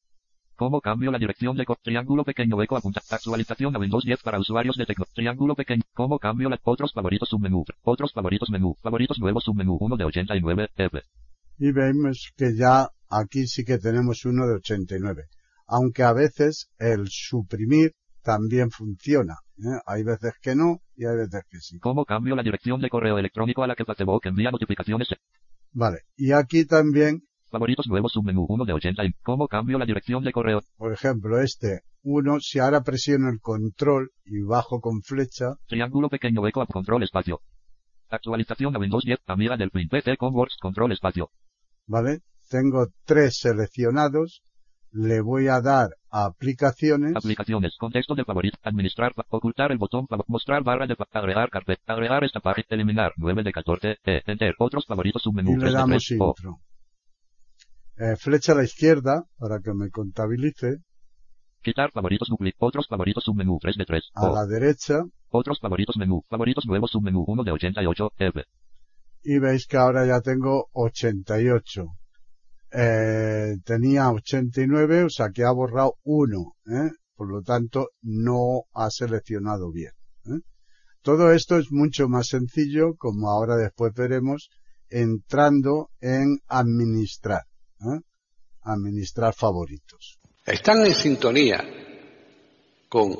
¿Cómo cambio la dirección de co- triángulo pequeño eco apunta? Actualización a Windows 10 para usuarios de tecno. Triángulo pequeño. ¿Cómo cambio la otros favoritos submenú? Otros favoritos menú. Favoritos nuevos submenú 1 de 89. F. y vemos que ya aquí sí que tenemos uno de 89. Aunque a veces el suprimir también funciona. ¿eh? Hay veces que no y hay veces que sí. ¿Cómo cambio la dirección de correo electrónico a la que Facebook envía notificaciones? Vale, y aquí también, Favoritos nuevos submenú 1 de 80. y- ¿Cómo cambio la dirección de correo? por ejemplo, este uno, si ahora presiono el control y bajo con flecha, Triángulo pequeño eco control espacio. Actualización a Windows 10, amiga del Pin PC con Works control espacio. ¿vale? Tengo tres seleccionados, le voy a dar a aplicaciones, Aplicaciones, contexto de favorito, administrar, fa- ocultar el botón, fa- mostrar barra de fa- agregar carpeta, agregar esta página, eliminar 9 de 14, E, enter, otros favoritos y submenú le 3 de damos 3, O, intro. Eh, flecha a la izquierda para que me contabilice, quitar favoritos dupli, otros favoritos submenú 3 de 3, a O, la derecha, otros favoritos menú, favoritos nuevos submenú 1 de 88, F, y veis que ahora ya tengo 88. Eh, tenía 89, o sea que ha borrado uno, ¿eh? por lo tanto no ha seleccionado bien. ¿eh? Todo esto es mucho más sencillo, como ahora después veremos, entrando en administrar, ¿eh? administrar favoritos. Están en sintonía con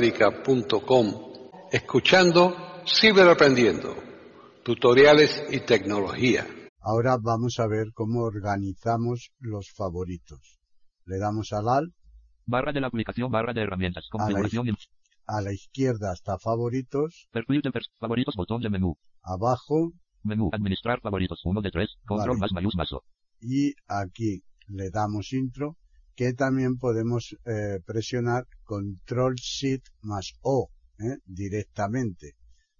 iberoamerica.com escuchando Ciberaprendiendo, tutoriales y tecnología. Ahora vamos a ver cómo organizamos los favoritos. Le damos al al, barra de la aplicación, barra de herramientas, configuración, y- a la izquierda hasta favoritos, perfil de pers- favoritos, botón de menú, abajo menú, administrar favoritos 1 de 3, control Vale. más mayús más O. y aquí le damos intro que también podemos eh, presionar control shift más o ¿eh? directamente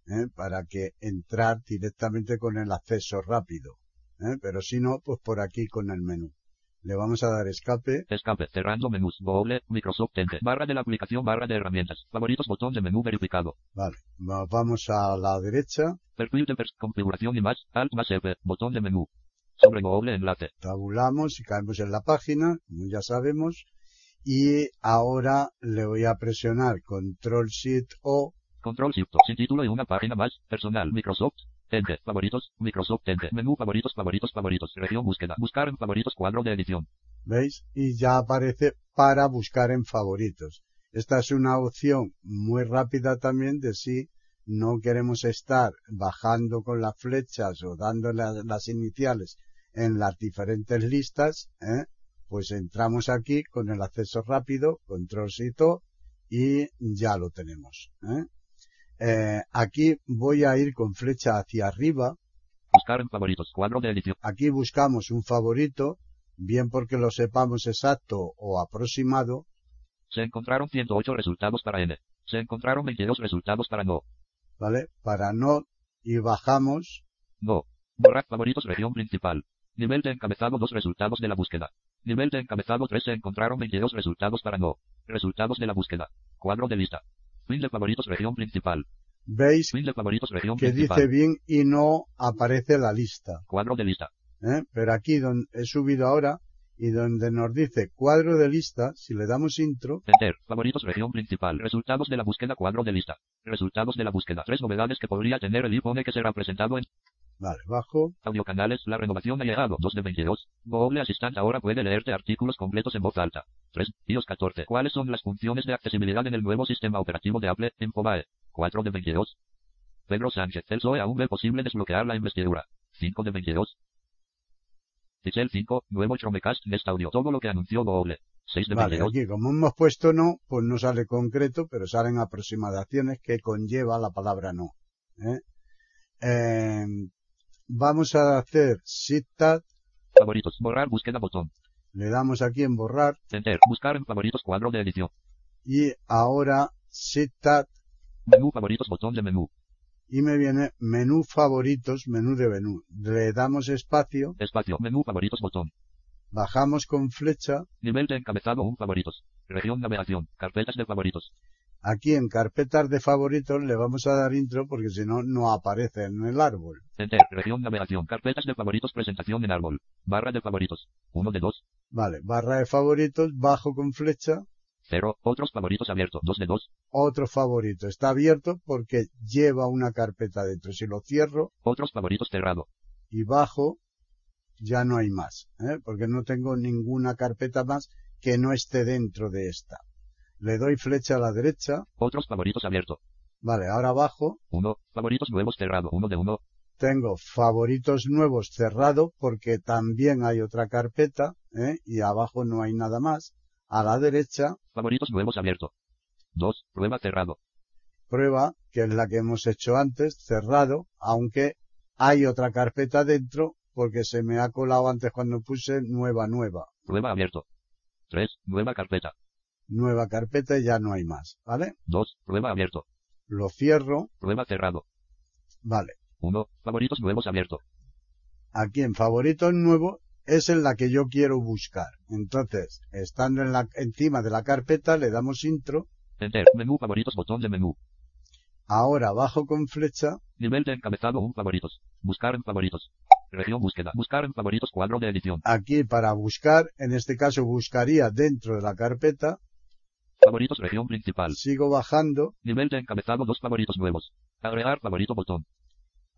¿eh? para que entrar directamente con el acceso rápido ¿eh? pero si no pues por aquí con el menú Le vamos a dar escape. Escape, cerrando menús, Google, Microsoft Edge, barra de la aplicación, barra de herramientas, favoritos, botón de menú verificado, Vale. Va- Vamos a la derecha. perfil de pers- configuración y más, Alt más F, botón de menú, sobre Google enlace, Tabulamos y caemos en la página, como ya sabemos. Y ahora le voy a presionar Control Shift O. control shift, sin título y una página más, personal, Microsoft, Edge, favoritos, Microsoft Edge, menú favoritos, favoritos, favoritos, región búsqueda, buscar en favoritos, cuadro de edición, ¿Veis? Y ya aparece para buscar en favoritos. Esta es una opción muy rápida también de si no queremos estar bajando con las flechas o dando la- las iniciales en las diferentes listas, ¿eh? pues entramos aquí con el acceso rápido, control shift O, y ya lo tenemos. ¿eh? Eh, aquí voy a ir con flecha hacia arriba, buscar en favoritos, cuadro de edición, Aquí buscamos un favorito, bien porque lo sepamos exacto o aproximado, se encontraron 108 resultados para N, se encontraron 22 resultados para no, ¿vale? Para no y bajamos, No. Borrar favoritos región principal. Nivel de encabezado 2 resultados de la búsqueda. Nivel de encabezado 3 se encontraron 22 resultados para no. Resultados de la búsqueda. Cuadro de lista. Fin de favoritos región principal. veis Fin de favoritos región que principal. dice bien y no aparece la lista, Cuadro de lista. ¿eh? Pero aquí donde he subido ahora y donde nos dice cuadro de lista, si le damos intro, Enter. Favoritos región principal. Resultados de la búsqueda. Cuadro de lista. Resultados de la búsqueda. Tres novedades que podría tener el iPhone E que será presentado en vale, bajo, audiocanales. La renovación ha llegado. 2 de 22. Google Assistant ahora puede leerte artículos completos en voz alta. 3. iOS 14. ¿Cuáles son las funciones de accesibilidad en el nuevo sistema operativo de Apple? Infobae. 4 de 22. Pedro Sánchez. El PSOE aún ve posible desbloquear la investidura. 5 de 22. Pixel 5. Nuevo Chromecast Nest Audio. Todo lo que anunció Google. 6 de vale, 22. aquí como hemos puesto no, pues no sale concreto, pero salen aproximaciones que conlleva la palabra no, ¿eh? Eh, vamos a hacer shift tab, Favoritos. Borrar búsqueda botón. le damos aquí en borrar, Enter. Buscar en favoritos cuadro de edición. y ahora Shift Tab Menú favoritos botón de menú. y me viene menú favoritos, menú de menú. Le damos espacio, Espacio. Menú favoritos botón. bajamos con flecha, Nivel de encabezado 1 favoritos. Región navegación. Carpetas de favoritos. aquí en carpetas de favoritos le vamos a dar intro porque si no, no aparece en el árbol. Enter. Región navegación. Carpetas de favoritos. Presentación en árbol. Barra de favoritos. 1 de 2. Vale, barra de favoritos, bajo con flecha, 0. Otros favoritos abiertos. 2 de 2. otro favorito. Está abierto porque lleva una carpeta dentro. Si lo cierro Otros favoritos cerrado. y bajo, ya no hay más, ¿eh? porque no tengo ninguna carpeta más que no esté dentro de esta. Le doy flecha a la derecha, Otros favoritos abierto. Vale, ahora abajo 1. Favoritos nuevos cerrado. 1 de 1. tengo favoritos nuevos cerrado porque también hay otra carpeta ¿eh? y abajo no hay nada más. A la derecha, Favoritos nuevos abierto. 2. Prueba cerrado. prueba, que es la que hemos hecho antes, cerrado, aunque hay otra carpeta dentro porque se me ha colado antes cuando puse nueva, nueva. Prueba abierto. 3. Nueva carpeta. Nueva carpeta y ya no hay más, ¿vale? 2. Prueba abierto. Lo cierro, Prueba cerrado. vale. 1. Favoritos nuevos abierto. Aquí en favoritos nuevos es en la que yo quiero buscar. Entonces, estando en la, encima de la carpeta, le damos intro Enter. Menú favoritos. Botón de menú. Ahora bajo con flecha, Nivel de encabezado 1 favoritos. Buscar en favoritos. Región búsqueda. Buscar en favoritos cuadro de edición. aquí para buscar, en este caso buscaría dentro de la carpeta, Favoritos región principal. sigo bajando, Nivel de encabezado 2 favoritos nuevos. Agregar favorito botón.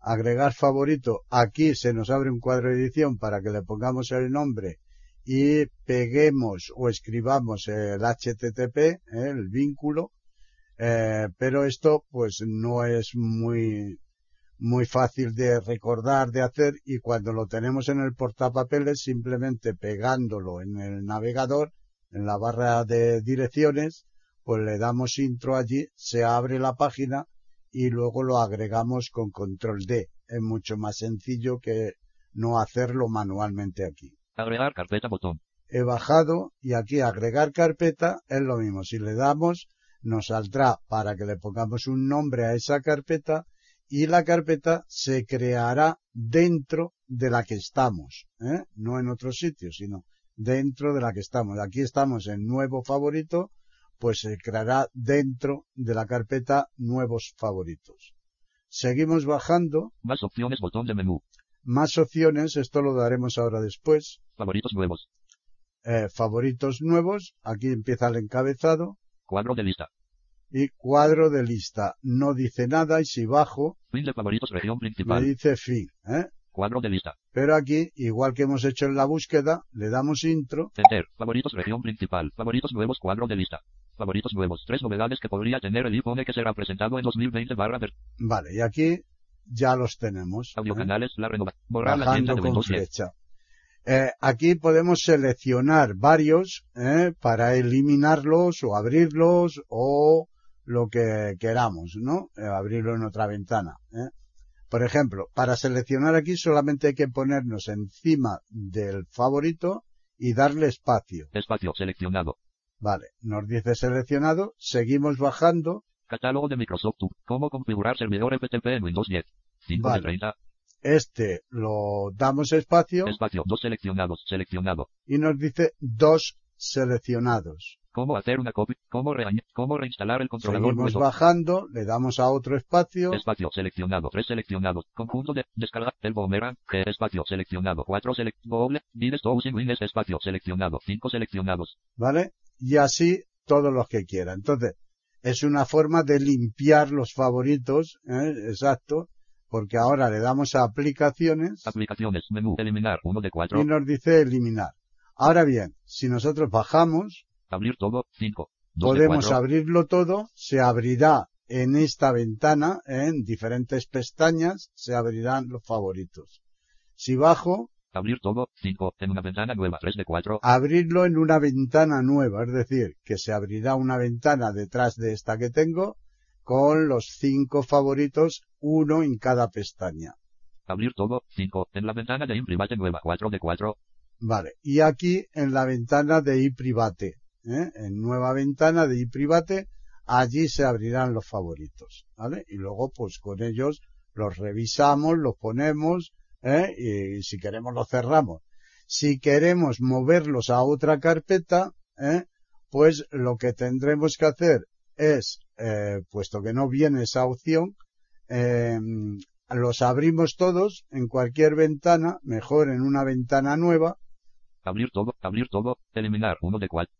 agregar favorito, aquí se nos abre un cuadro de edición para que le pongamos el nombre y peguemos o escribamos el HTTP, eh, el vínculo, eh, pero esto pues no es muy muy fácil de recordar, de hacer y cuando lo tenemos en el portapapeles simplemente pegándolo en el navegador, en la barra de direcciones, pues le damos intro allí, se abre la página y luego lo agregamos con control D. Es mucho más sencillo que no hacerlo manualmente aquí. Agregar carpeta botón. He bajado y aquí agregar carpeta es lo mismo. Si le damos, nos saldrá para que le pongamos un nombre a esa carpeta y la carpeta se creará dentro de la que estamos, ¿eh? no en otro sitio, sino dentro de la que estamos. Aquí estamos en nuevo favorito, pues se creará dentro de la carpeta nuevos favoritos. Seguimos bajando. Más opciones, botón de menú. Más opciones, esto lo daremos ahora después. Favoritos nuevos. Eh, favoritos nuevos, aquí empieza el encabezado. Cuadro de lista. Y cuadro de lista. No dice nada y si bajo, Fin de favoritos, región me principal. dice fin. ¿eh? Cuadro de lista. Pero aquí, igual que hemos hecho en la búsqueda, le damos intro Enter. Favoritos, región principal. Favoritos nuevos, cuadro de lista. Favoritos nuevos. Tres novedades que podría tener el iPhone que será presentado en 2020 barra ver. Vale, y aquí ya los tenemos. Audio ¿eh? canales, la renovación. Borrar la tienda Bajando de con Windows 10. flecha. Eh, aquí podemos seleccionar varios ¿eh? para eliminarlos o abrirlos o lo que queramos, ¿no? Eh, abrirlo en otra ventana. ¿eh? Por ejemplo, para seleccionar aquí solamente hay que ponernos encima del favorito y darle espacio. Espacio seleccionado. Vale, nos dice seleccionado, seguimos bajando. Catálogo de Microsoft. Tube. Cómo configurar servidor FTP en Windows 10. 5 Vale. de 30. Este lo damos espacio Espacio. Dos seleccionados. Seleccionado. y nos dice dos seleccionados. Cómo hacer una copia. Cómo, reañ- cómo reinstalar el controlador. Seguimos Windows. bajando, le damos a otro espacio, Espacio seleccionado. Tres seleccionados. Conjunto de descarga. El boomerang. G espacio seleccionado. Cuatro seleccionados. Google. Mides Dousing Wines. Espacio seleccionado. Cinco seleccionados. ¿vale? Y así todos los que quiera. Entonces, es una forma de limpiar los favoritos, ¿eh? exacto, porque ahora le damos a aplicaciones Aplicaciones. Menú. Eliminar. Uno de cuatro. y nos dice eliminar. Ahora bien, si nosotros bajamos, Abrir todo. Cinco. Dos de podemos cuatro. abrirlo todo, se abrirá en esta ventana, ¿eh? en diferentes pestañas, se abrirán los favoritos. Si bajo, Abrir todo. Cinco. En una ventana nueva. Tres de cuatro. abrirlo en una ventana nueva, es decir, que se abrirá una ventana detrás de esta que tengo con los cinco favoritos, uno en cada pestaña. Abrir todo. Cinco. En la ventana de imprimate nueva. Cuatro de cuatro. Vale, y aquí en la ventana de iPrivate, ¿eh? en nueva ventana de iPrivate, allí se abrirán los favoritos, ¿vale? Y luego pues con ellos los revisamos, los ponemos, ¿eh? y si queremos los cerramos. Si queremos moverlos a otra carpeta, ¿eh? pues lo que tendremos que hacer es, eh, puesto que no viene esa opción, eh, los abrimos todos en cualquier ventana, mejor en una ventana nueva, Abrir todo, abrir todo, eliminar uno de cuatro.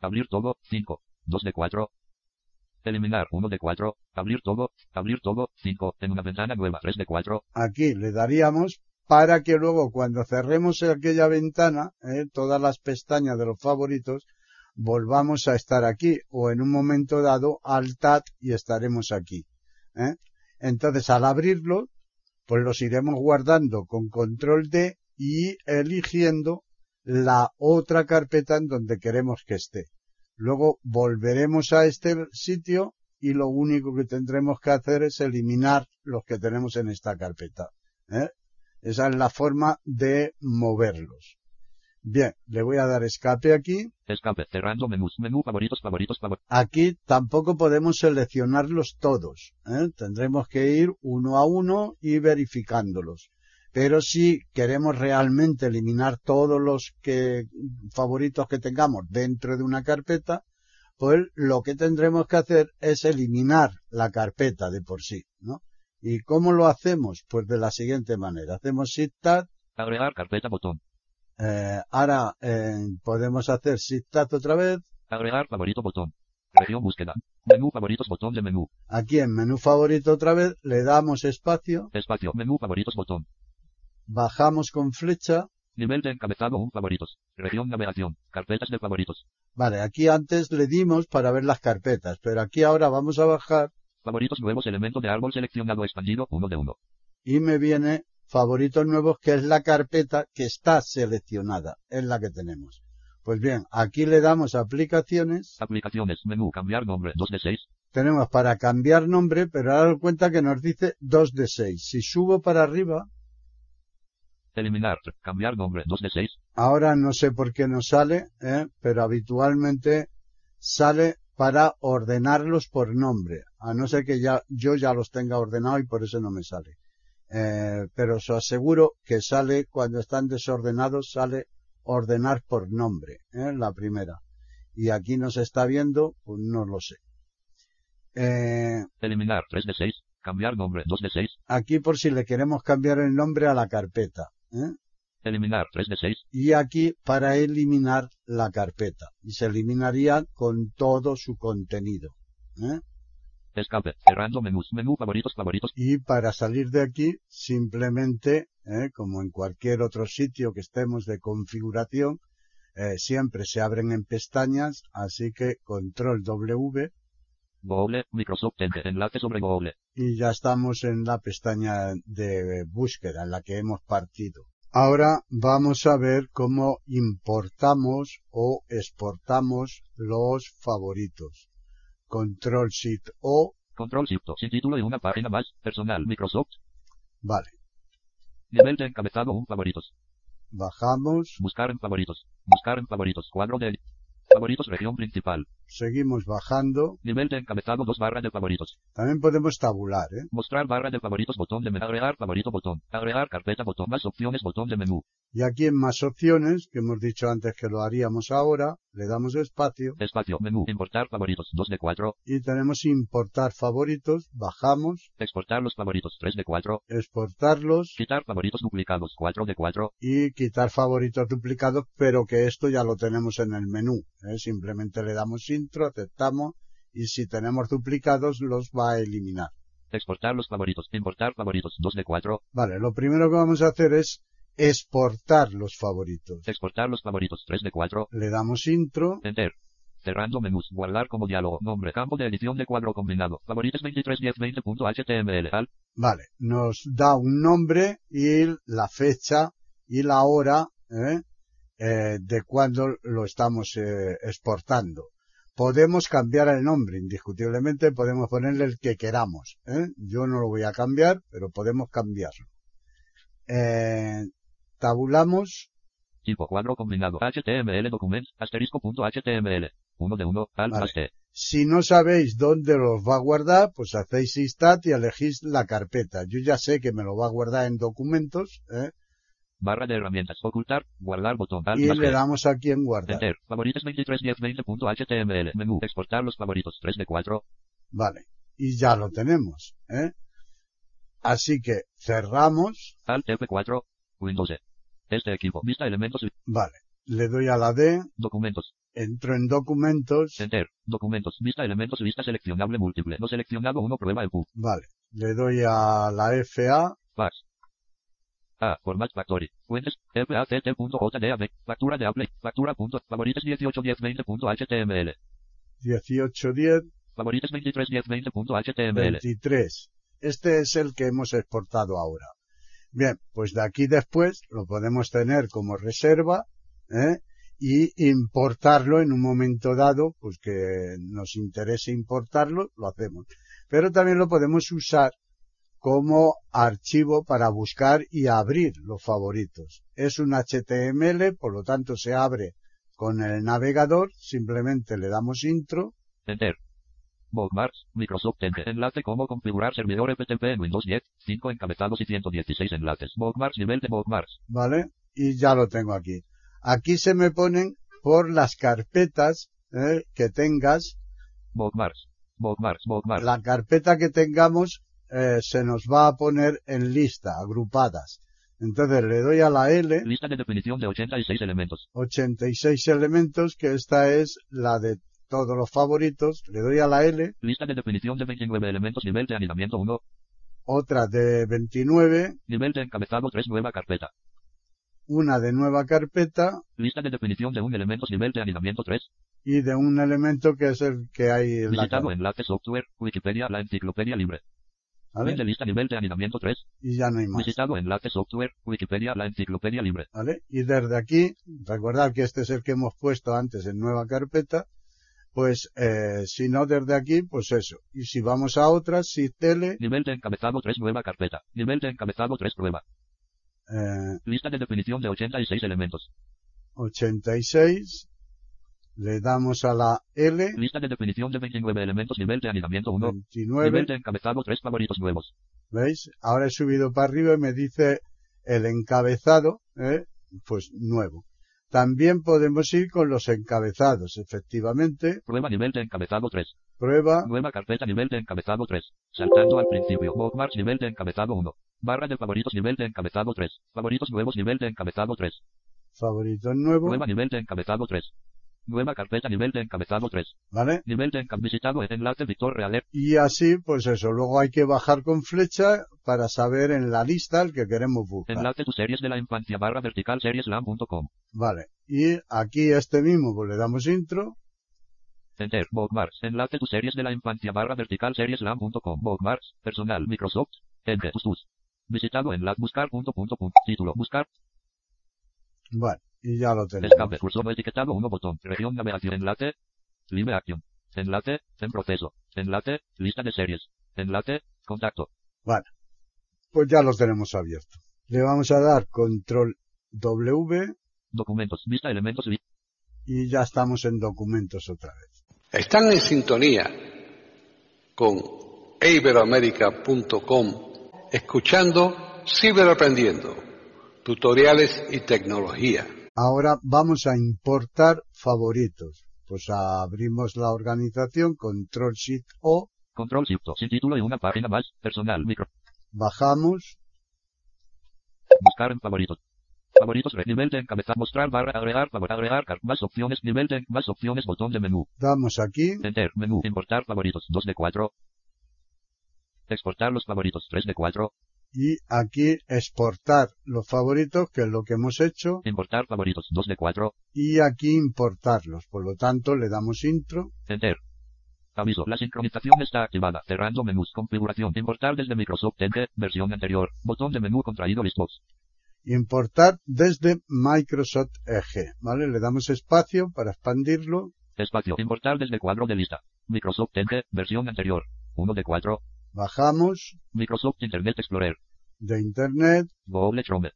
Abrir todo, cinco, dos de cuatro. Eliminar uno de cuatro, abrir todo, abrir todo, cinco, en una ventana nueva, tres de cuatro. aquí le daríamos para que luego cuando cerremos aquella ventana, eh, todas las pestañas de los favoritos, volvamos a estar aquí o en un momento dado al TAT y estaremos aquí. ¿eh? Entonces al abrirlo, pues los iremos guardando con control D y eligiendo la otra carpeta en donde queremos que esté. Luego volveremos a este sitio y lo único que tendremos que hacer es eliminar los que tenemos en esta carpeta. ¿eh? Esa es la forma de moverlos. Bien, le voy a dar escape aquí. Escape, cerrando menús, menú favoritos, favoritos, favoritos. Aquí tampoco podemos seleccionarlos todos. ¿eh? Tendremos que ir uno a uno y verificándolos. Pero si queremos realmente eliminar todos los que, favoritos que tengamos dentro de una carpeta, pues lo que tendremos que hacer es eliminar la carpeta de por sí, ¿no? ¿Y cómo lo hacemos? Pues de la siguiente manera. Hacemos Shift-Tab, Agregar carpeta botón. eh, ahora eh, podemos hacer Shift-Tab otra vez, Agregar favorito botón. Región búsqueda. Menú favoritos botón de menú. Aquí en menú favorito otra vez le damos espacio, Espacio, menú favoritos botón. bajamos con flecha. Nivel de encabezado un favoritos. Región navegación. Carpetas de favoritos. Vale, aquí antes le dimos para ver las carpetas, pero aquí ahora vamos a bajar Favoritos nuevos elemento de árbol seleccionado expandido uno de uno. y me viene favoritos nuevos que es la carpeta que está seleccionada, es la que tenemos. Pues bien, aquí le damos a aplicaciones, Aplicaciones, menú, cambiar nombre, 2 de 6. tenemos para cambiar nombre, pero ahora doy cuenta que nos dice 2 de 6. Si subo para arriba, Eliminar, cambiar nombre, 2 de 6. Ahora no sé por qué no sale, ¿eh? pero habitualmente sale para ordenarlos por nombre, a no ser que ya yo ya los tenga ordenado y por eso no me sale. Eh, pero os aseguro que sale cuando están desordenados, sale ordenar por nombre, ¿eh? la primera. Y aquí nos está viendo, pues no lo sé. Eh, Eliminar 3 de 6. Cambiar nombre 2 de 6. aquí por si le queremos cambiar el nombre a la carpeta. ¿eh? Eliminar 3 de 6. Y aquí para eliminar la carpeta. Y se eliminaría con todo su contenido. ¿eh? Escape. Cerrando menús. Menú favoritos favoritos. Y para salir de aquí, simplemente, ¿eh? como en cualquier otro sitio que estemos de configuración, eh, siempre se abren en pestañas, así que control W Google. Microsoft Edge. Enlace sobre Google. y ya estamos en la pestaña de búsqueda en la que hemos partido. Ahora vamos a ver cómo importamos o exportamos los favoritos. Control Shift O, Control Shift. Sin título y una página más. Personal. Microsoft. vale, Nivel de encabezado 1 favoritos. bajamos, Buscar en favoritos. Buscar en favoritos. Cuadro de favoritos región principal. seguimos bajando. Nivel de encabezado 2 barra de favoritos. También podemos tabular, ¿eh? Mostrar barra de favoritos botón de menú. Agregar favorito botón. Agregar carpeta botón. Más opciones botón de menú. Y aquí en más opciones, que hemos dicho antes que lo haríamos ahora, le damos espacio Espacio menú. Importar favoritos 2 de 4. y tenemos importar favoritos, bajamos, Exportar los favoritos 3 de 4. exportarlos Quitar favoritos duplicados 4 de 4. y quitar favoritos duplicados, pero que esto ya lo tenemos en el menú. ¿eh? Simplemente le damos intro, aceptamos y si tenemos duplicados los va a eliminar. Exportar los favoritos. Importar favoritos 2 de 4. Vale, lo primero que vamos a hacer es exportar los favoritos. Exportar los favoritos 3 de 4. Le damos intro, Enter. Cerrando menús. Guardar como diálogo. Nombre. Campo de edición de cuadro combinado. Favoritos 231020.html. Al. vale, nos da un nombre y la fecha y la hora ¿eh? Eh, de cuando lo estamos eh, exportando. Podemos cambiar el nombre, indiscutiblemente podemos ponerle el que queramos. ¿eh? Yo no lo voy a cambiar, pero podemos cambiarlo. Eh, tabulamos, Tipo cuadro combinado. HTML documents. Asterisco.html. 1 de 1. Al. Vale. más T. Si no sabéis dónde los va a guardar, pues hacéis instat y elegís la carpeta. Yo ya sé que me lo va a guardar en documentos ¿eh? Barra de herramientas. Ocultar. Guardar botón. Al. y más le T. damos aquí en guardar. Enter. Favoritos 231020.html. Menú. Exportar los favoritos 3 de 4. Vale, y ya lo tenemos. ¿eh? Así que cerramos, Alt F4. Windows. E. Este equipo. Vista elementos y vale, le doy a la D, documentos. entro en documentos, Enter. Documentos. Vista elementos y vista seleccionable múltiple. No seleccionado 1. Prueba el PUB. vale, le doy a la FA, Fax. A. Format Factory. Fuentes. FACT.JDAB. Factura de Apple. Factura. Punto. Favoritos 181020.html. 1810, Favoritos 231020.html. 23. Este es el que hemos exportado ahora. Bien, pues de aquí después lo podemos tener como reserva ¿eh? y importarlo en un momento dado, pues que nos interese importarlo, lo hacemos. Pero también lo podemos usar como archivo para buscar y abrir los favoritos. Es un HTML, por lo tanto se abre con el navegador, simplemente le damos intro, Enter. Bookmarks, Microsoft Edge. Enlace cómo configurar servidor FTP en Windows 10, 5 encabezados y 116 enlaces. Bookmarks, nivel de bookmarks. ¿vale? Y ya lo tengo aquí. Aquí se me ponen por las carpetas ¿eh? que tengas. Bookmarks, bookmarks, bookmarks. La carpeta que tengamos eh, se nos va a poner en lista, agrupadas. Entonces le doy a la L, Lista de definición de 86 elementos. 86 elementos, que esta es la de todos los favoritos. Le doy a la L, Lista de definición de 29 elementos. Nivel de anidamiento 1. otra de 29, Nivel de encabezado 3. Nueva carpeta. una de nueva carpeta Lista de definición de un elemento. Nivel de anidamiento 3. y de un elemento que es el que hay en la Visitado carpeta. enlace software. Wikipedia. La enciclopedia libre. ¿vale? Fin de lista. Nivel de anidamiento 3. Y ya no hay más. Visitado enlace software. Wikipedia. La enciclopedia libre. ¿vale? Y desde aquí, recordad que este es el que hemos puesto antes en nueva carpeta, pues eh, si no desde aquí, pues eso. Y si vamos a otras, si tele, Nivel de encabezado 3. Nueva carpeta. Nivel de encabezado 3. Prueba. eh, Lista de definición de 86 elementos. 86, le damos a la L, Lista de definición de 29 elementos. Nivel de anidamiento 1. Nivel 29, de encabezado 3 favoritos nuevos. ¿veis? Ahora he subido para arriba y me dice el encabezado, ¿eh? pues nuevo. También podemos ir con los encabezados, efectivamente. Prueba nivel de encabezado 3. Prueba, Nueva carpeta nivel de encabezado 3. Saltando al principio. Bookmarks nivel de encabezado 1. Barra de favoritos nivel de encabezado 3. Favoritos nuevos nivel de encabezado 3. favorito nuevo, Nueva nivel de encabezado 3. Nueva carpeta nivel de encabezado 3. ¿vale? Nivel de encabezado visitado en enlace Víctor Realer. Y así, pues eso, luego hay que bajar con flecha para saber en la lista el que queremos buscar. Enlace tus series de la infancia barra vertical serieslam.com. Vale. Y aquí a este mismo, pues le damos intro. Enter, bookmarks, enlace tus series de la infancia barra vertical serieslam.com, bookmarks, personal, Microsoft, enter, tus tus. Visitado en la buscar punto punto punto, título, buscar, Vale. Y ya lo tenemos. escape, cursor etiquetado, uno botón, región navegación, enlace, libre action, enlace, en proceso, enlace, lista de series, enlace, contacto, Vale. Pues ya los tenemos abiertos. Le vamos a dar control W documentos, vista elementos, vi- y ya estamos en documentos otra vez. Están en sintonía con iberoamerica.com escuchando Ciberaprendiendo, tutoriales y tecnología. Ahora vamos a importar favoritos. Pues abrimos la organización, control shift O, control shift, sin título y una página más, personal, micro, bajamos, buscar en favoritos. Favoritos, re- nivel de encabezado, mostrar barra, agregar, favor, agregar, car- más opciones, nivel de, más opciones, botón de menú. damos aquí, Enter, menú, importar favoritos, 2 de 4. Exportar los favoritos, 3 de 4. y aquí exportar los favoritos, que es lo que hemos hecho, Importar favoritos, 2 de 4. y aquí importarlos. Por lo tanto, le damos intro, Enter. Aviso, la sincronización está activada. Cerrando menús, configuración, importar desde Microsoft Edge, versión anterior. Botón de menú contraído, listbox. importar desde Microsoft Edge, ¿vale? Le damos espacio para expandirlo, Espacio, importar desde cuadro de lista. Microsoft Edge, versión anterior. 1 de 4. bajamos Microsoft Internet Explorer. de Internet, Google Chrome.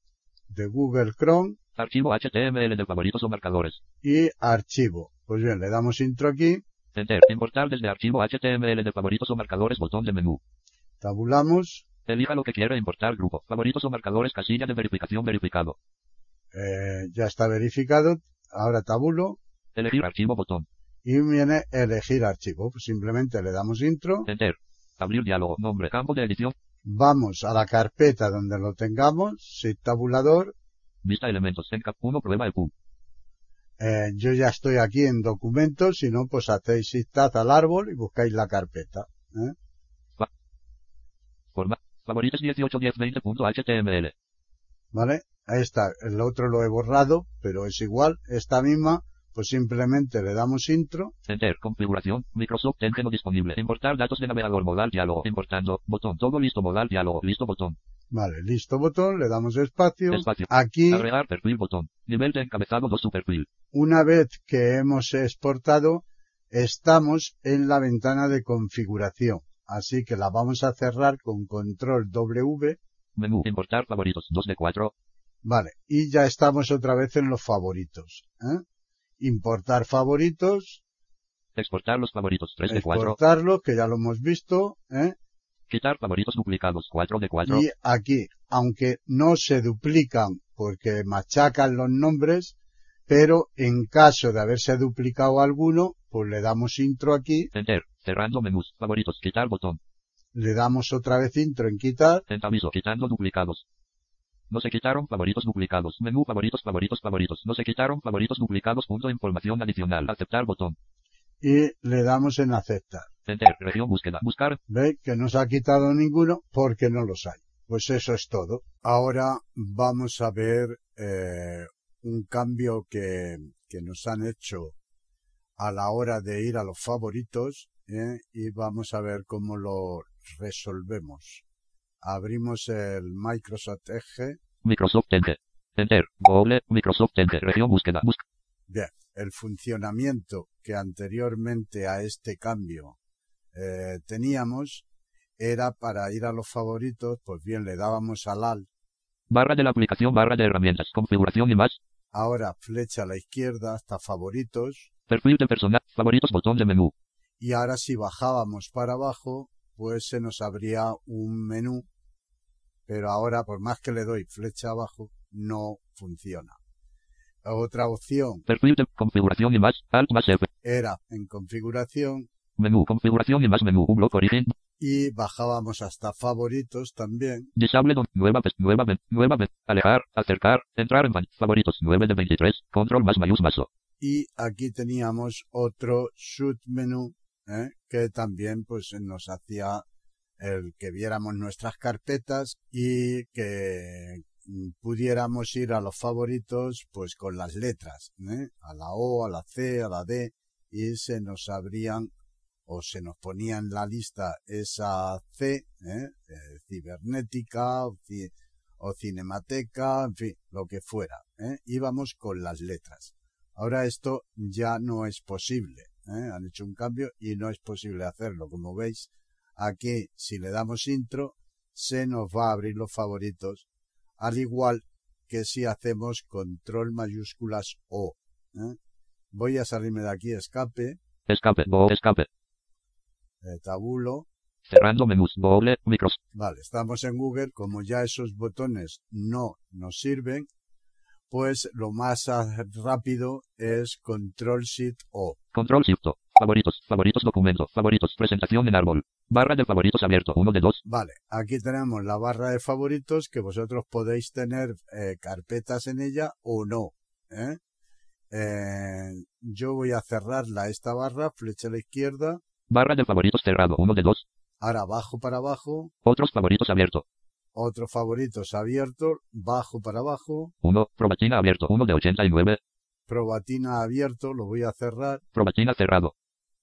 de Google Chrome Archivo HTML de favoritos o marcadores. y archivo. Pues bien, le damos intro aquí, Enter, importar desde archivo HTML de favoritos o marcadores, botón de menú. tabulamos, Elija lo que quiera importar grupo, favoritos o marcadores, casilla de verificación verificado. eh, ya está verificado, ahora tabulo Elegir archivo botón. y viene elegir archivo. Pues simplemente le damos intro, Enter. Abrir diálogo, nombre, campo de edición, vamos a la carpeta donde lo tengamos, sin tabulador, vista elementos, enca 1 prueba el pub. Eh, yo ya estoy aquí en documentos, si no, pues hacéis shift tab al árbol y buscáis la carpeta. ¿eh? Forma. Favoritos 181020.html. ¿Vale? Ahí está. El otro lo he borrado, pero es igual. Esta misma, pues simplemente le damos intro, Enter. Configuración. Microsoft Edge no disponible. Importar datos de navegador modal diálogo. Importando. Botón. Todo listo modal diálogo. Listo botón. ¿vale? Listo botón, le damos espacio. Espacio. Aquí, Agregar perfil botón. Nivel de encabezado 2 su perfil. una vez que hemos exportado, estamos en la ventana de configuración. Así que la vamos a cerrar con control W, Menú. Importar favoritos 2 de 4. Vale, y ya estamos otra vez en los favoritos. ¿eh? Importar favoritos, Exportar los favoritos 3 de 4. exportarlos, que ya lo hemos visto, ¿eh? Quitar favoritos duplicados 4 de 4. y aquí, aunque no se duplican porque machacan los nombres, pero en caso de haberse duplicado alguno, pues le damos intro aquí, Enter. Cerrando menús. Favoritos. Quitar botón. le damos otra vez intro en quitar, En aviso. Quitando duplicados. No se quitaron favoritos duplicados. Menú favoritos favoritos favoritos. No se quitaron favoritos duplicados. Punto información adicional. Aceptar botón. y le damos en aceptar. Enter. Región búsqueda. Buscar. ¿Veis que no se ha quitado ninguno porque no los hay? Pues eso es todo. Ahora vamos a ver eh, un cambio que, que nos han hecho a la hora de ir a los favoritos ¿eh? y vamos a ver cómo lo resolvemos. Abrimos el Microsoft Edge, Microsoft Edge. Enter. Google. Microsoft Edge. Región búsqueda. Busca. el funcionamiento que anteriormente a este cambio eh, teníamos era para ir a los favoritos, pues bien, le dábamos al alt Barra de la aplicación. Barra de herramientas. Configuración y más. Ahora flecha a la izquierda hasta favoritos. Perfil de personal. Favoritos. Botón de menú. Y ahora si bajábamos para abajo, pues se nos abría un menú. Pero ahora, por más que le doy flecha abajo, no funciona. Otra opción Perfil de configuración y más. Alt más F. era en configuración Menú. Configuración y más menú. Un bloc origen. y bajábamos hasta favoritos también. Disable don. Nueva pes. Nueva ven. Nueva ven. Alejar. Acercar. Entrar en fan. Favoritos. 9 de 23. Control más mayús más O. Y aquí teníamos otro submenú ¿eh? que también pues nos hacía el que viéramos nuestras carpetas y que mm, pudiéramos ir a los favoritos pues con las letras, ¿eh? a la O, a la C, a la D y se nos abrían o se nos ponía en la lista esa C, ¿eh? Eh, cibernética o ci- o cinemateca, en fin, lo que fuera. ¿eh? Íbamos con las letras. Ahora esto ya no es posible. ¿eh? Han hecho un cambio y no es posible hacerlo. Como veis, aquí si le damos intro, se nos va a abrir los favoritos, al igual que si hacemos control mayúsculas O. ¿eh? Voy a salirme de aquí, escape, Escape. Bo. Escape. eh, tabulo, Cerrando menús. Google. Micros. Vale, estamos en Google, como ya esos botones no nos sirven, pues lo más a- rápido es Control Shift O. Control Shift. O. Favoritos. Favoritos documento. Favoritos. Presentación en árbol. Barra de favoritos abierto. 1 de 2. Vale, aquí tenemos la barra de favoritos que vosotros podéis tener eh, carpetas en ella o no. ¿eh? Eh, yo voy a cerrarla esta barra, flecha a la izquierda, Barra de favoritos cerrado. 1 de 2. ahora bajo para abajo, Otros favoritos abierto. otros favoritos abiertos, bajo para abajo, 1. Probatina abierto. 1 de 89. probatina abierto, lo voy a cerrar, Probatina cerrado.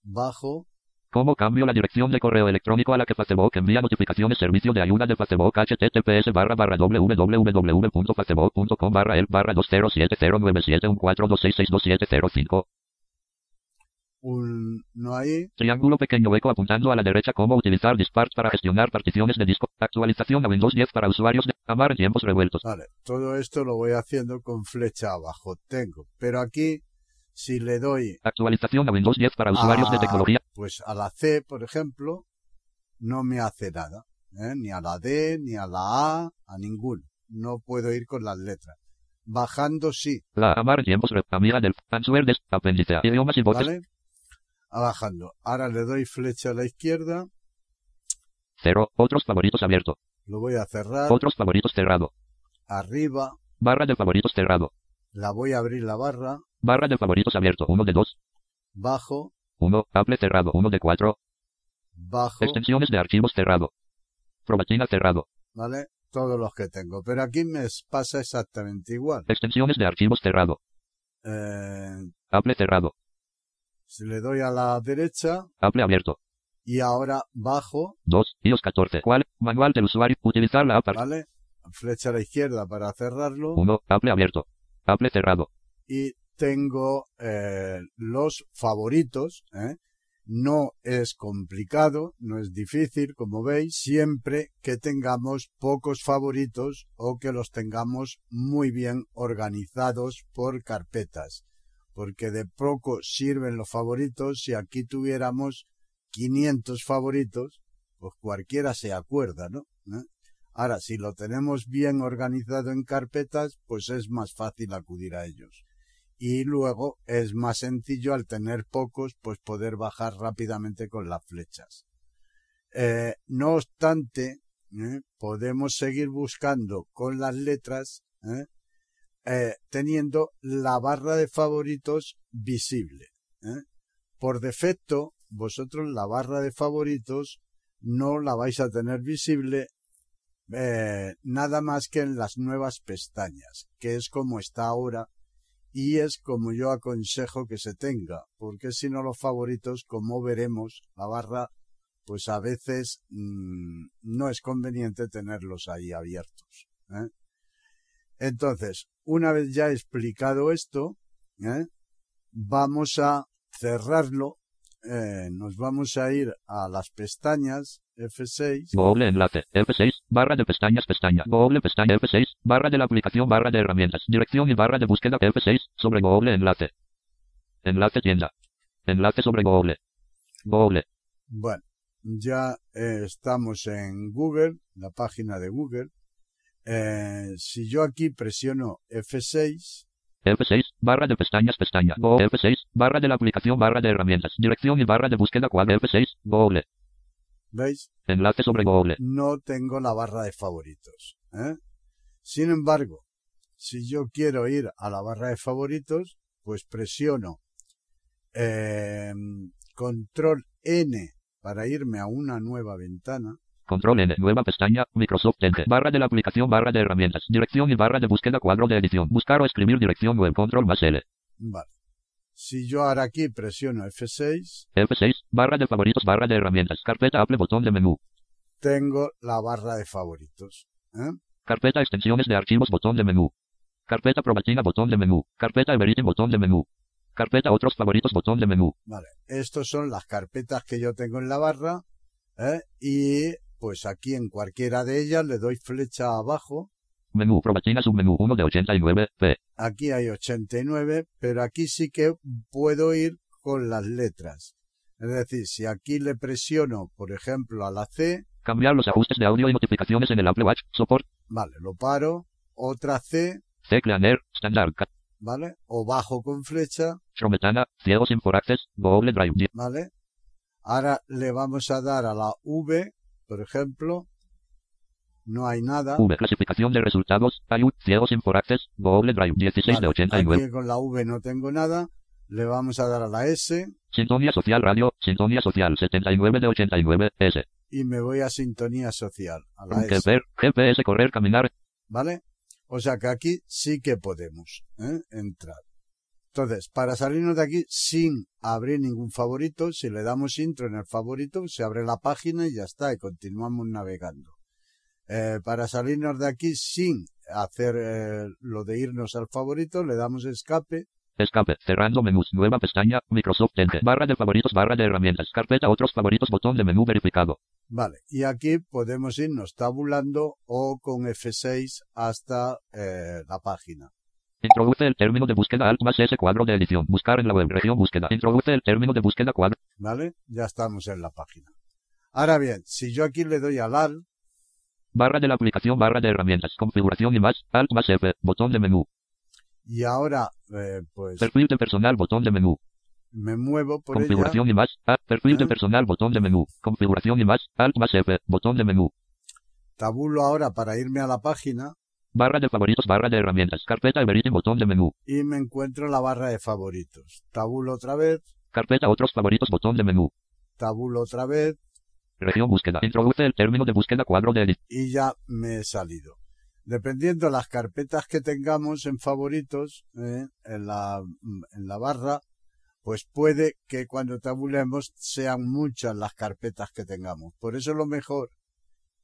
bajo, ¿Cómo cambio la dirección de correo electrónico a la que Facebook envía notificaciones? Servicio de ayuda de Facebook https barra barra www.facebook.com barra el barra 207097142662705. un no ahí, Triángulo pequeño hueco apuntando a la derecha. ¿Cómo utilizar Dispart para gestionar particiones de disco? Actualización a Windows 10 para usuarios de Amar en tiempos revueltos. vale, todo esto lo voy haciendo con flecha abajo, tengo, pero aquí si le doy Actualización a Windows 10 para usuarios de Ah. tecnología. pues a la C, por ejemplo, no me hace nada, ¿eh? ni a la D, ni a la A, a ninguno, no puedo ir con las letras. Bajando sí, La Amar en tiempos re- Amiga del Answer des Apéndice a idiomas y voces. ¿vale? Ah, Bajando. Ahora le doy flecha a la izquierda, Cero. Otros favoritos abierto. lo voy a cerrar, Otros favoritos cerrado. arriba, Barra de favoritos cerrado. la voy a abrir la barra, Barra de favoritos abierto 1 de 2. bajo, 1. Apple cerrado 1 de 4. bajo, Extensiones de archivos cerrado. Probatina cerrado. ¿vale? Todos los que tengo, pero aquí me pasa exactamente igual. Extensiones de archivos cerrado. Eh, Apple cerrado. si le doy a la derecha Apple abierto. y ahora bajo, 2. iOS 14. ¿Cuál? Manual del usuario. Utilizar la app. para- ¿vale? Flecha a la izquierda para cerrarlo 1. Apple abierto. Apple cerrado. y tengo eh, los favoritos. ¿eh? No es complicado, no es difícil, como veis, siempre que tengamos pocos favoritos o que los tengamos muy bien organizados por carpetas. Porque de poco sirven los favoritos si aquí tuviéramos 500 favoritos, pues cualquiera se acuerda, ¿no? ¿Eh? Ahora, si lo tenemos bien organizado en carpetas, pues es más fácil acudir a ellos. Y luego es más sencillo al tener pocos, pues poder bajar rápidamente con las flechas. Eh, no obstante, ¿eh? podemos seguir buscando con las letras, ¿eh? Eh, teniendo la barra de favoritos visible. ¿eh? Por defecto, vosotros la barra de favoritos no la vais a tener visible eh, nada más que en las nuevas pestañas, que es como está ahora y es como yo aconsejo que se tenga, porque si no los favoritos, como veremos, la barra, pues a veces mm, no es conveniente tenerlos ahí abiertos. ¿eh? Entonces, una vez ya explicado esto, ¿eh? vamos a cerrarlo, eh, nos vamos a ir a las pestañas F6 Google enlace. F6. Barra de pestañas pestaña. Google pestaña F6. Barra de la aplicación barra de herramientas. Dirección y barra de búsqueda F6. Sobre Google enlace. Enlace tienda. Enlace sobre Google. Google. Bueno, ya eh, estamos en Google, la página de Google. Eh, si yo aquí presiono F6, F6, barra de pestañas, pestaña. Go F6, barra de la aplicación, barra de herramientas. Dirección y barra de búsqueda cuadro F6, Google. ¿Veis? Enlace sobre Google. No tengo la barra de favoritos. ¿eh? Sin embargo, si yo quiero ir a la barra de favoritos, pues presiono eh, control N para irme a una nueva ventana. Control N, nueva pestaña, Microsoft Edge, barra de la aplicación, barra de herramientas, dirección y barra de búsqueda, cuadro de edición, buscar o escribir dirección web, control más L, Vale. Si yo ahora aquí presiono F6, F6, barra de favoritos, barra de herramientas, carpeta Apple, botón de menú, tengo la barra de favoritos. ¿eh? carpeta extensiones de archivos, botón de menú, carpeta probatina, botón de menú, carpeta Everything, botón de menú, carpeta otros favoritos, botón de menú, Vale, estos son las carpetas que yo tengo en la barra ¿eh? y pues aquí en cualquiera de ellas le doy flecha abajo. menú, probatina, submenú, 1 de 89, P, Aquí hay 89, pero aquí sí que puedo ir con las letras. Es decir, si aquí le presiono, por ejemplo, a la C, cambiar los ajustes de audio y notificaciones en el Apple Watch, support, vale, lo paro, otra C, Cleaner, standard, Ca- vale, o bajo con flecha, Chometana, ciegos sin for access, Google Drive, di- vale. Ahora le vamos a dar a la V, por ejemplo, no hay nada. V, clasificación de resultados, IU, ciegos sin for access, Google Drive, 16 Vale, de 89. Aquí con la V no tengo nada. Le vamos a dar a la S Sintonía social radio, sintonía social 79 de 89, S. E y me voy a sintonía social, a la Aunque S, ver, GPS correr, caminar, ¿vale? O sea que aquí sí que podemos ¿eh? entrar. Entonces, para salirnos de aquí sin abrir ningún favorito, si le damos intro en el favorito, se abre la página y ya está, y continuamos navegando. Eh, para salirnos de aquí sin hacer eh, lo de irnos al favorito, le damos escape escape, cerrando menús, nueva pestaña, Microsoft Edge, barra de favoritos, barra de herramientas, carpeta otros favoritos, botón de menú verificado. Vale, y aquí podemos irnos tabulando o con F6 hasta eh, la página. Introduce el término de búsqueda alt más S cuadro de edición, buscar en la web, región búsqueda, introduce el término de búsqueda cuadro, ¿Vale? Ya estamos en la página. Ahora bien, si yo aquí le doy al AL, barra de la aplicación, barra de herramientas, configuración y más, alt más F, botón de menú, y ahora eh, pues perfil de personal, botón de menú, me muevo por ella, Configuración y más. Alt, perfil de ¿Eh? personal, botón de menú. Configuración y más. Alt más F, botón de menú. tabulo ahora para irme a la página Barra de favoritos, barra de herramientas. Carpeta Everything, botón de menú. y me encuentro la barra de favoritos. Tabulo otra vez, Carpeta otros favoritos, botón de menú. tabulo otra vez Región búsqueda. Introduce el término de búsqueda cuadro de edit. y ya me he salido. Dependiendo las carpetas que tengamos en favoritos, eh, en, la, en la barra, pues puede que cuando tabulemos sean muchas las carpetas que tengamos. Por eso lo mejor,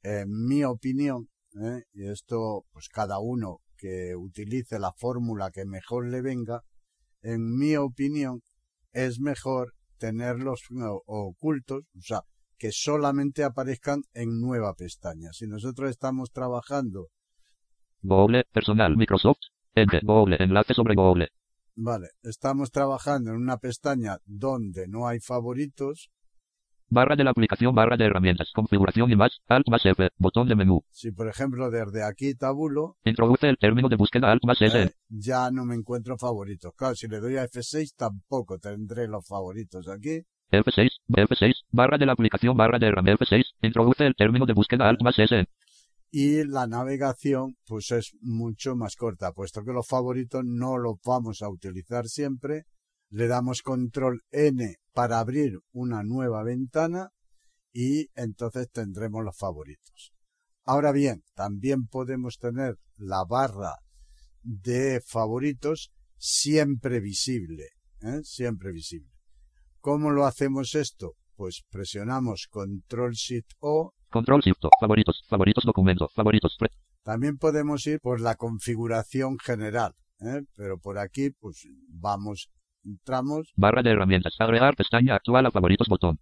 en mi opinión, eh, y esto pues cada uno que utilice la fórmula que mejor le venga, en mi opinión es mejor tenerlos o- ocultos, o sea, que solamente aparezcan en nueva pestaña. Si nosotros estamos trabajando, Google, personal, Microsoft. Edge, Google, enlace sobre Google. vale, estamos trabajando en una pestaña donde no hay favoritos, Barra de la aplicación, barra de herramientas. Configuración y más. Alt más F, botón de menú. si por ejemplo desde aquí tabulo, Introduce el término de búsqueda alt más S. eh, ya no me encuentro favoritos. Claro, si le doy a F6 tampoco tendré los favoritos aquí. F6, F6, barra de la aplicación, barra de herramientas. F6. Introduce el término de búsqueda alt más S. Y la navegación pues es mucho más corta, puesto que los favoritos no los vamos a utilizar siempre. Le damos control N para abrir una nueva ventana y entonces tendremos los favoritos. Ahora bien, también podemos tener la barra de favoritos siempre visible, ¿eh? siempre visible. ¿Cómo lo hacemos esto? Pues presionamos control shift O Control Shift, favoritos, favoritos documento, favoritos, pre- También podemos ir por la configuración general, ¿eh? pero por aquí pues vamos, entramos barra de herramientas, agregar pestaña actual a favoritos botón,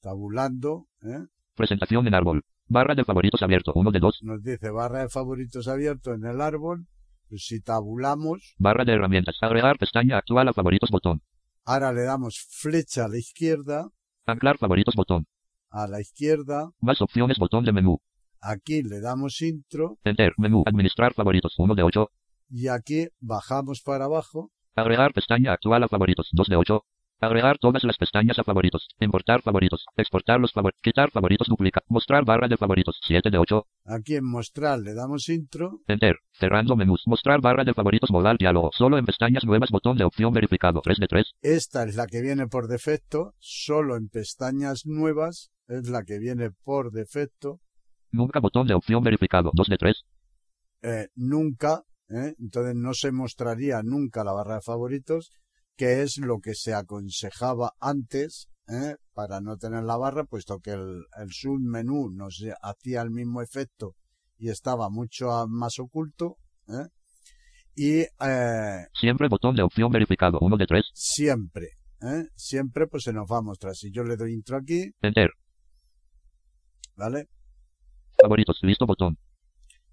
tabulando, ¿eh? presentación en árbol, barra de favoritos abierto, 1 de 2, nos dice barra de favoritos abierto en el árbol, pues si tabulamos, barra de herramientas, agregar pestaña actual a favoritos botón, ahora le damos flecha a la izquierda, anclar favoritos botón, a la izquierda, más opciones botón de menú, aquí le damos intro, enter, menú, administrar favoritos, 1 de 8, Y aquí bajamos para abajo. Agregar pestaña actual a favoritos. 2 de 8. Agregar todas las pestañas a favoritos. Importar favoritos. Exportar los favoritos. Quitar favoritos. Duplica. Mostrar barra de favoritos. 7 de 8. Aquí en mostrar le damos intro. Enter. Cerrando menús. Mostrar barra de favoritos. Modal diálogo. Solo en pestañas nuevas. Botón de opción verificado. 3 de 3. Esta es la que viene por defecto. Solo en pestañas nuevas es la que viene por defecto. Nunca botón de opción verificado. 2 de 3. Eh, nunca. ¿eh? Entonces no se mostraría nunca la barra de favoritos, que es lo que se aconsejaba antes ¿eh? para no tener la barra, puesto que el, el submenú nos hacía el mismo efecto y estaba mucho a- más oculto. ¿eh? Y eh, Siempre botón de opción verificado. 1 de 3. siempre, ¿eh? siempre pues se nos va a mostrar. Si yo le doy intro aquí, Enter. ¿vale? Favoritos. Listo botón.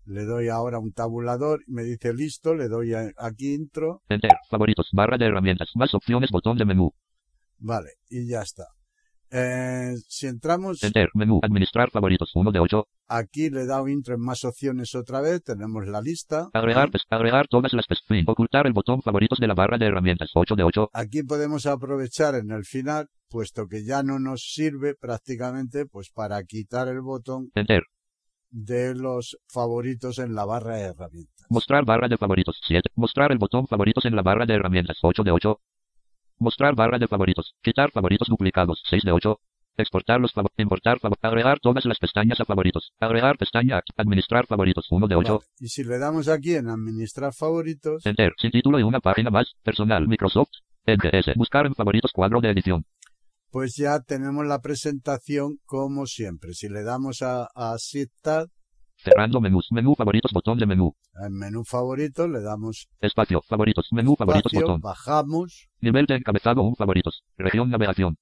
Le doy ahora un tabulador, me dice listo, le doy a- aquí intro, Enter. Favoritos. Barra de herramientas. Más opciones. Botón de menú. vale, y ya está. Eh, si entramos, Enter. Menú. Administrar favoritos. 1 de 8. aquí le he dado intro en más opciones otra vez, tenemos la lista. Agregar, pes- agregar todas las pestañas. Ocultar el botón favoritos de la barra de herramientas. 8 de 8. Aquí podemos aprovechar en el final, puesto que ya no nos sirve prácticamente, pues para quitar el botón Enter. de los favoritos en la barra de herramientas. Mostrar barra de favoritos. 7. Mostrar el botón favoritos en la barra de herramientas. 8 de 8. Mostrar barra de favoritos. Quitar favoritos duplicados. 6 de 8. Exportar los favoritos. Importar favoritos. Agregar todas las pestañas a favoritos. Agregar pestaña. act- Administrar favoritos. 1 de 8. Vale, Y si le damos aquí en administrar favoritos, Enter. Sin título y una página más. Personal. Microsoft. NGS. Buscar en favoritos cuadro de edición. pues ya tenemos la presentación como siempre. Si le damos a, a Shift Tab, Cerrando menús. Menú favoritos. Botón de menú. al menú favorito, le damos Espacio. Favoritos. Menú favoritos. espacio, Botón. bajamos, Nivel de encabezado 1 favoritos. Región navegación.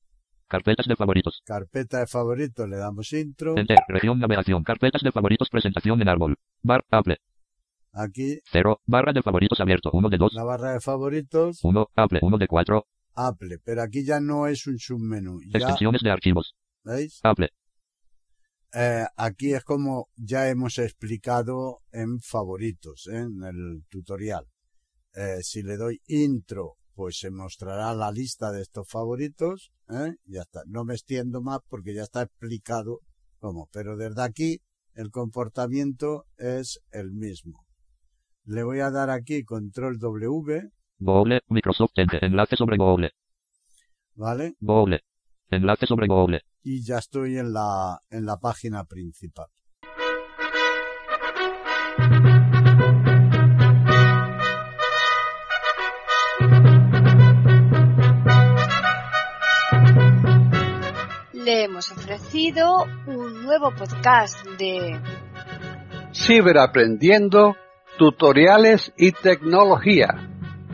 Carpetas de favoritos. carpeta de favoritos, le damos intro, Enter. Región navegación. Carpetas de favoritos. Presentación en árbol. Bar. Apple. aquí 0. Barra de favoritos abierto. 1 de 2. la barra de favoritos, 1. Apple. 1 de 4. Apple, pero aquí ya no es un submenú, ya, Extensiones de archivos. ¿veis? Apple. Eh, aquí es como ya hemos explicado en favoritos, ¿eh? en el tutorial. Eh, si le doy intro, pues se mostrará la lista de estos favoritos. ¿eh? Ya está. No me extiendo más porque ya está explicado cómo. Pero desde aquí el comportamiento es el mismo. Le voy a dar aquí control W, Google. Microsoft Edge. Enlace sobre Google. ¿vale? Google. Enlace sobre Google. Y ya estoy en la, en la página principal. Le hemos ofrecido un nuevo podcast de Ciberaprendiendo, tutoriales y tecnología.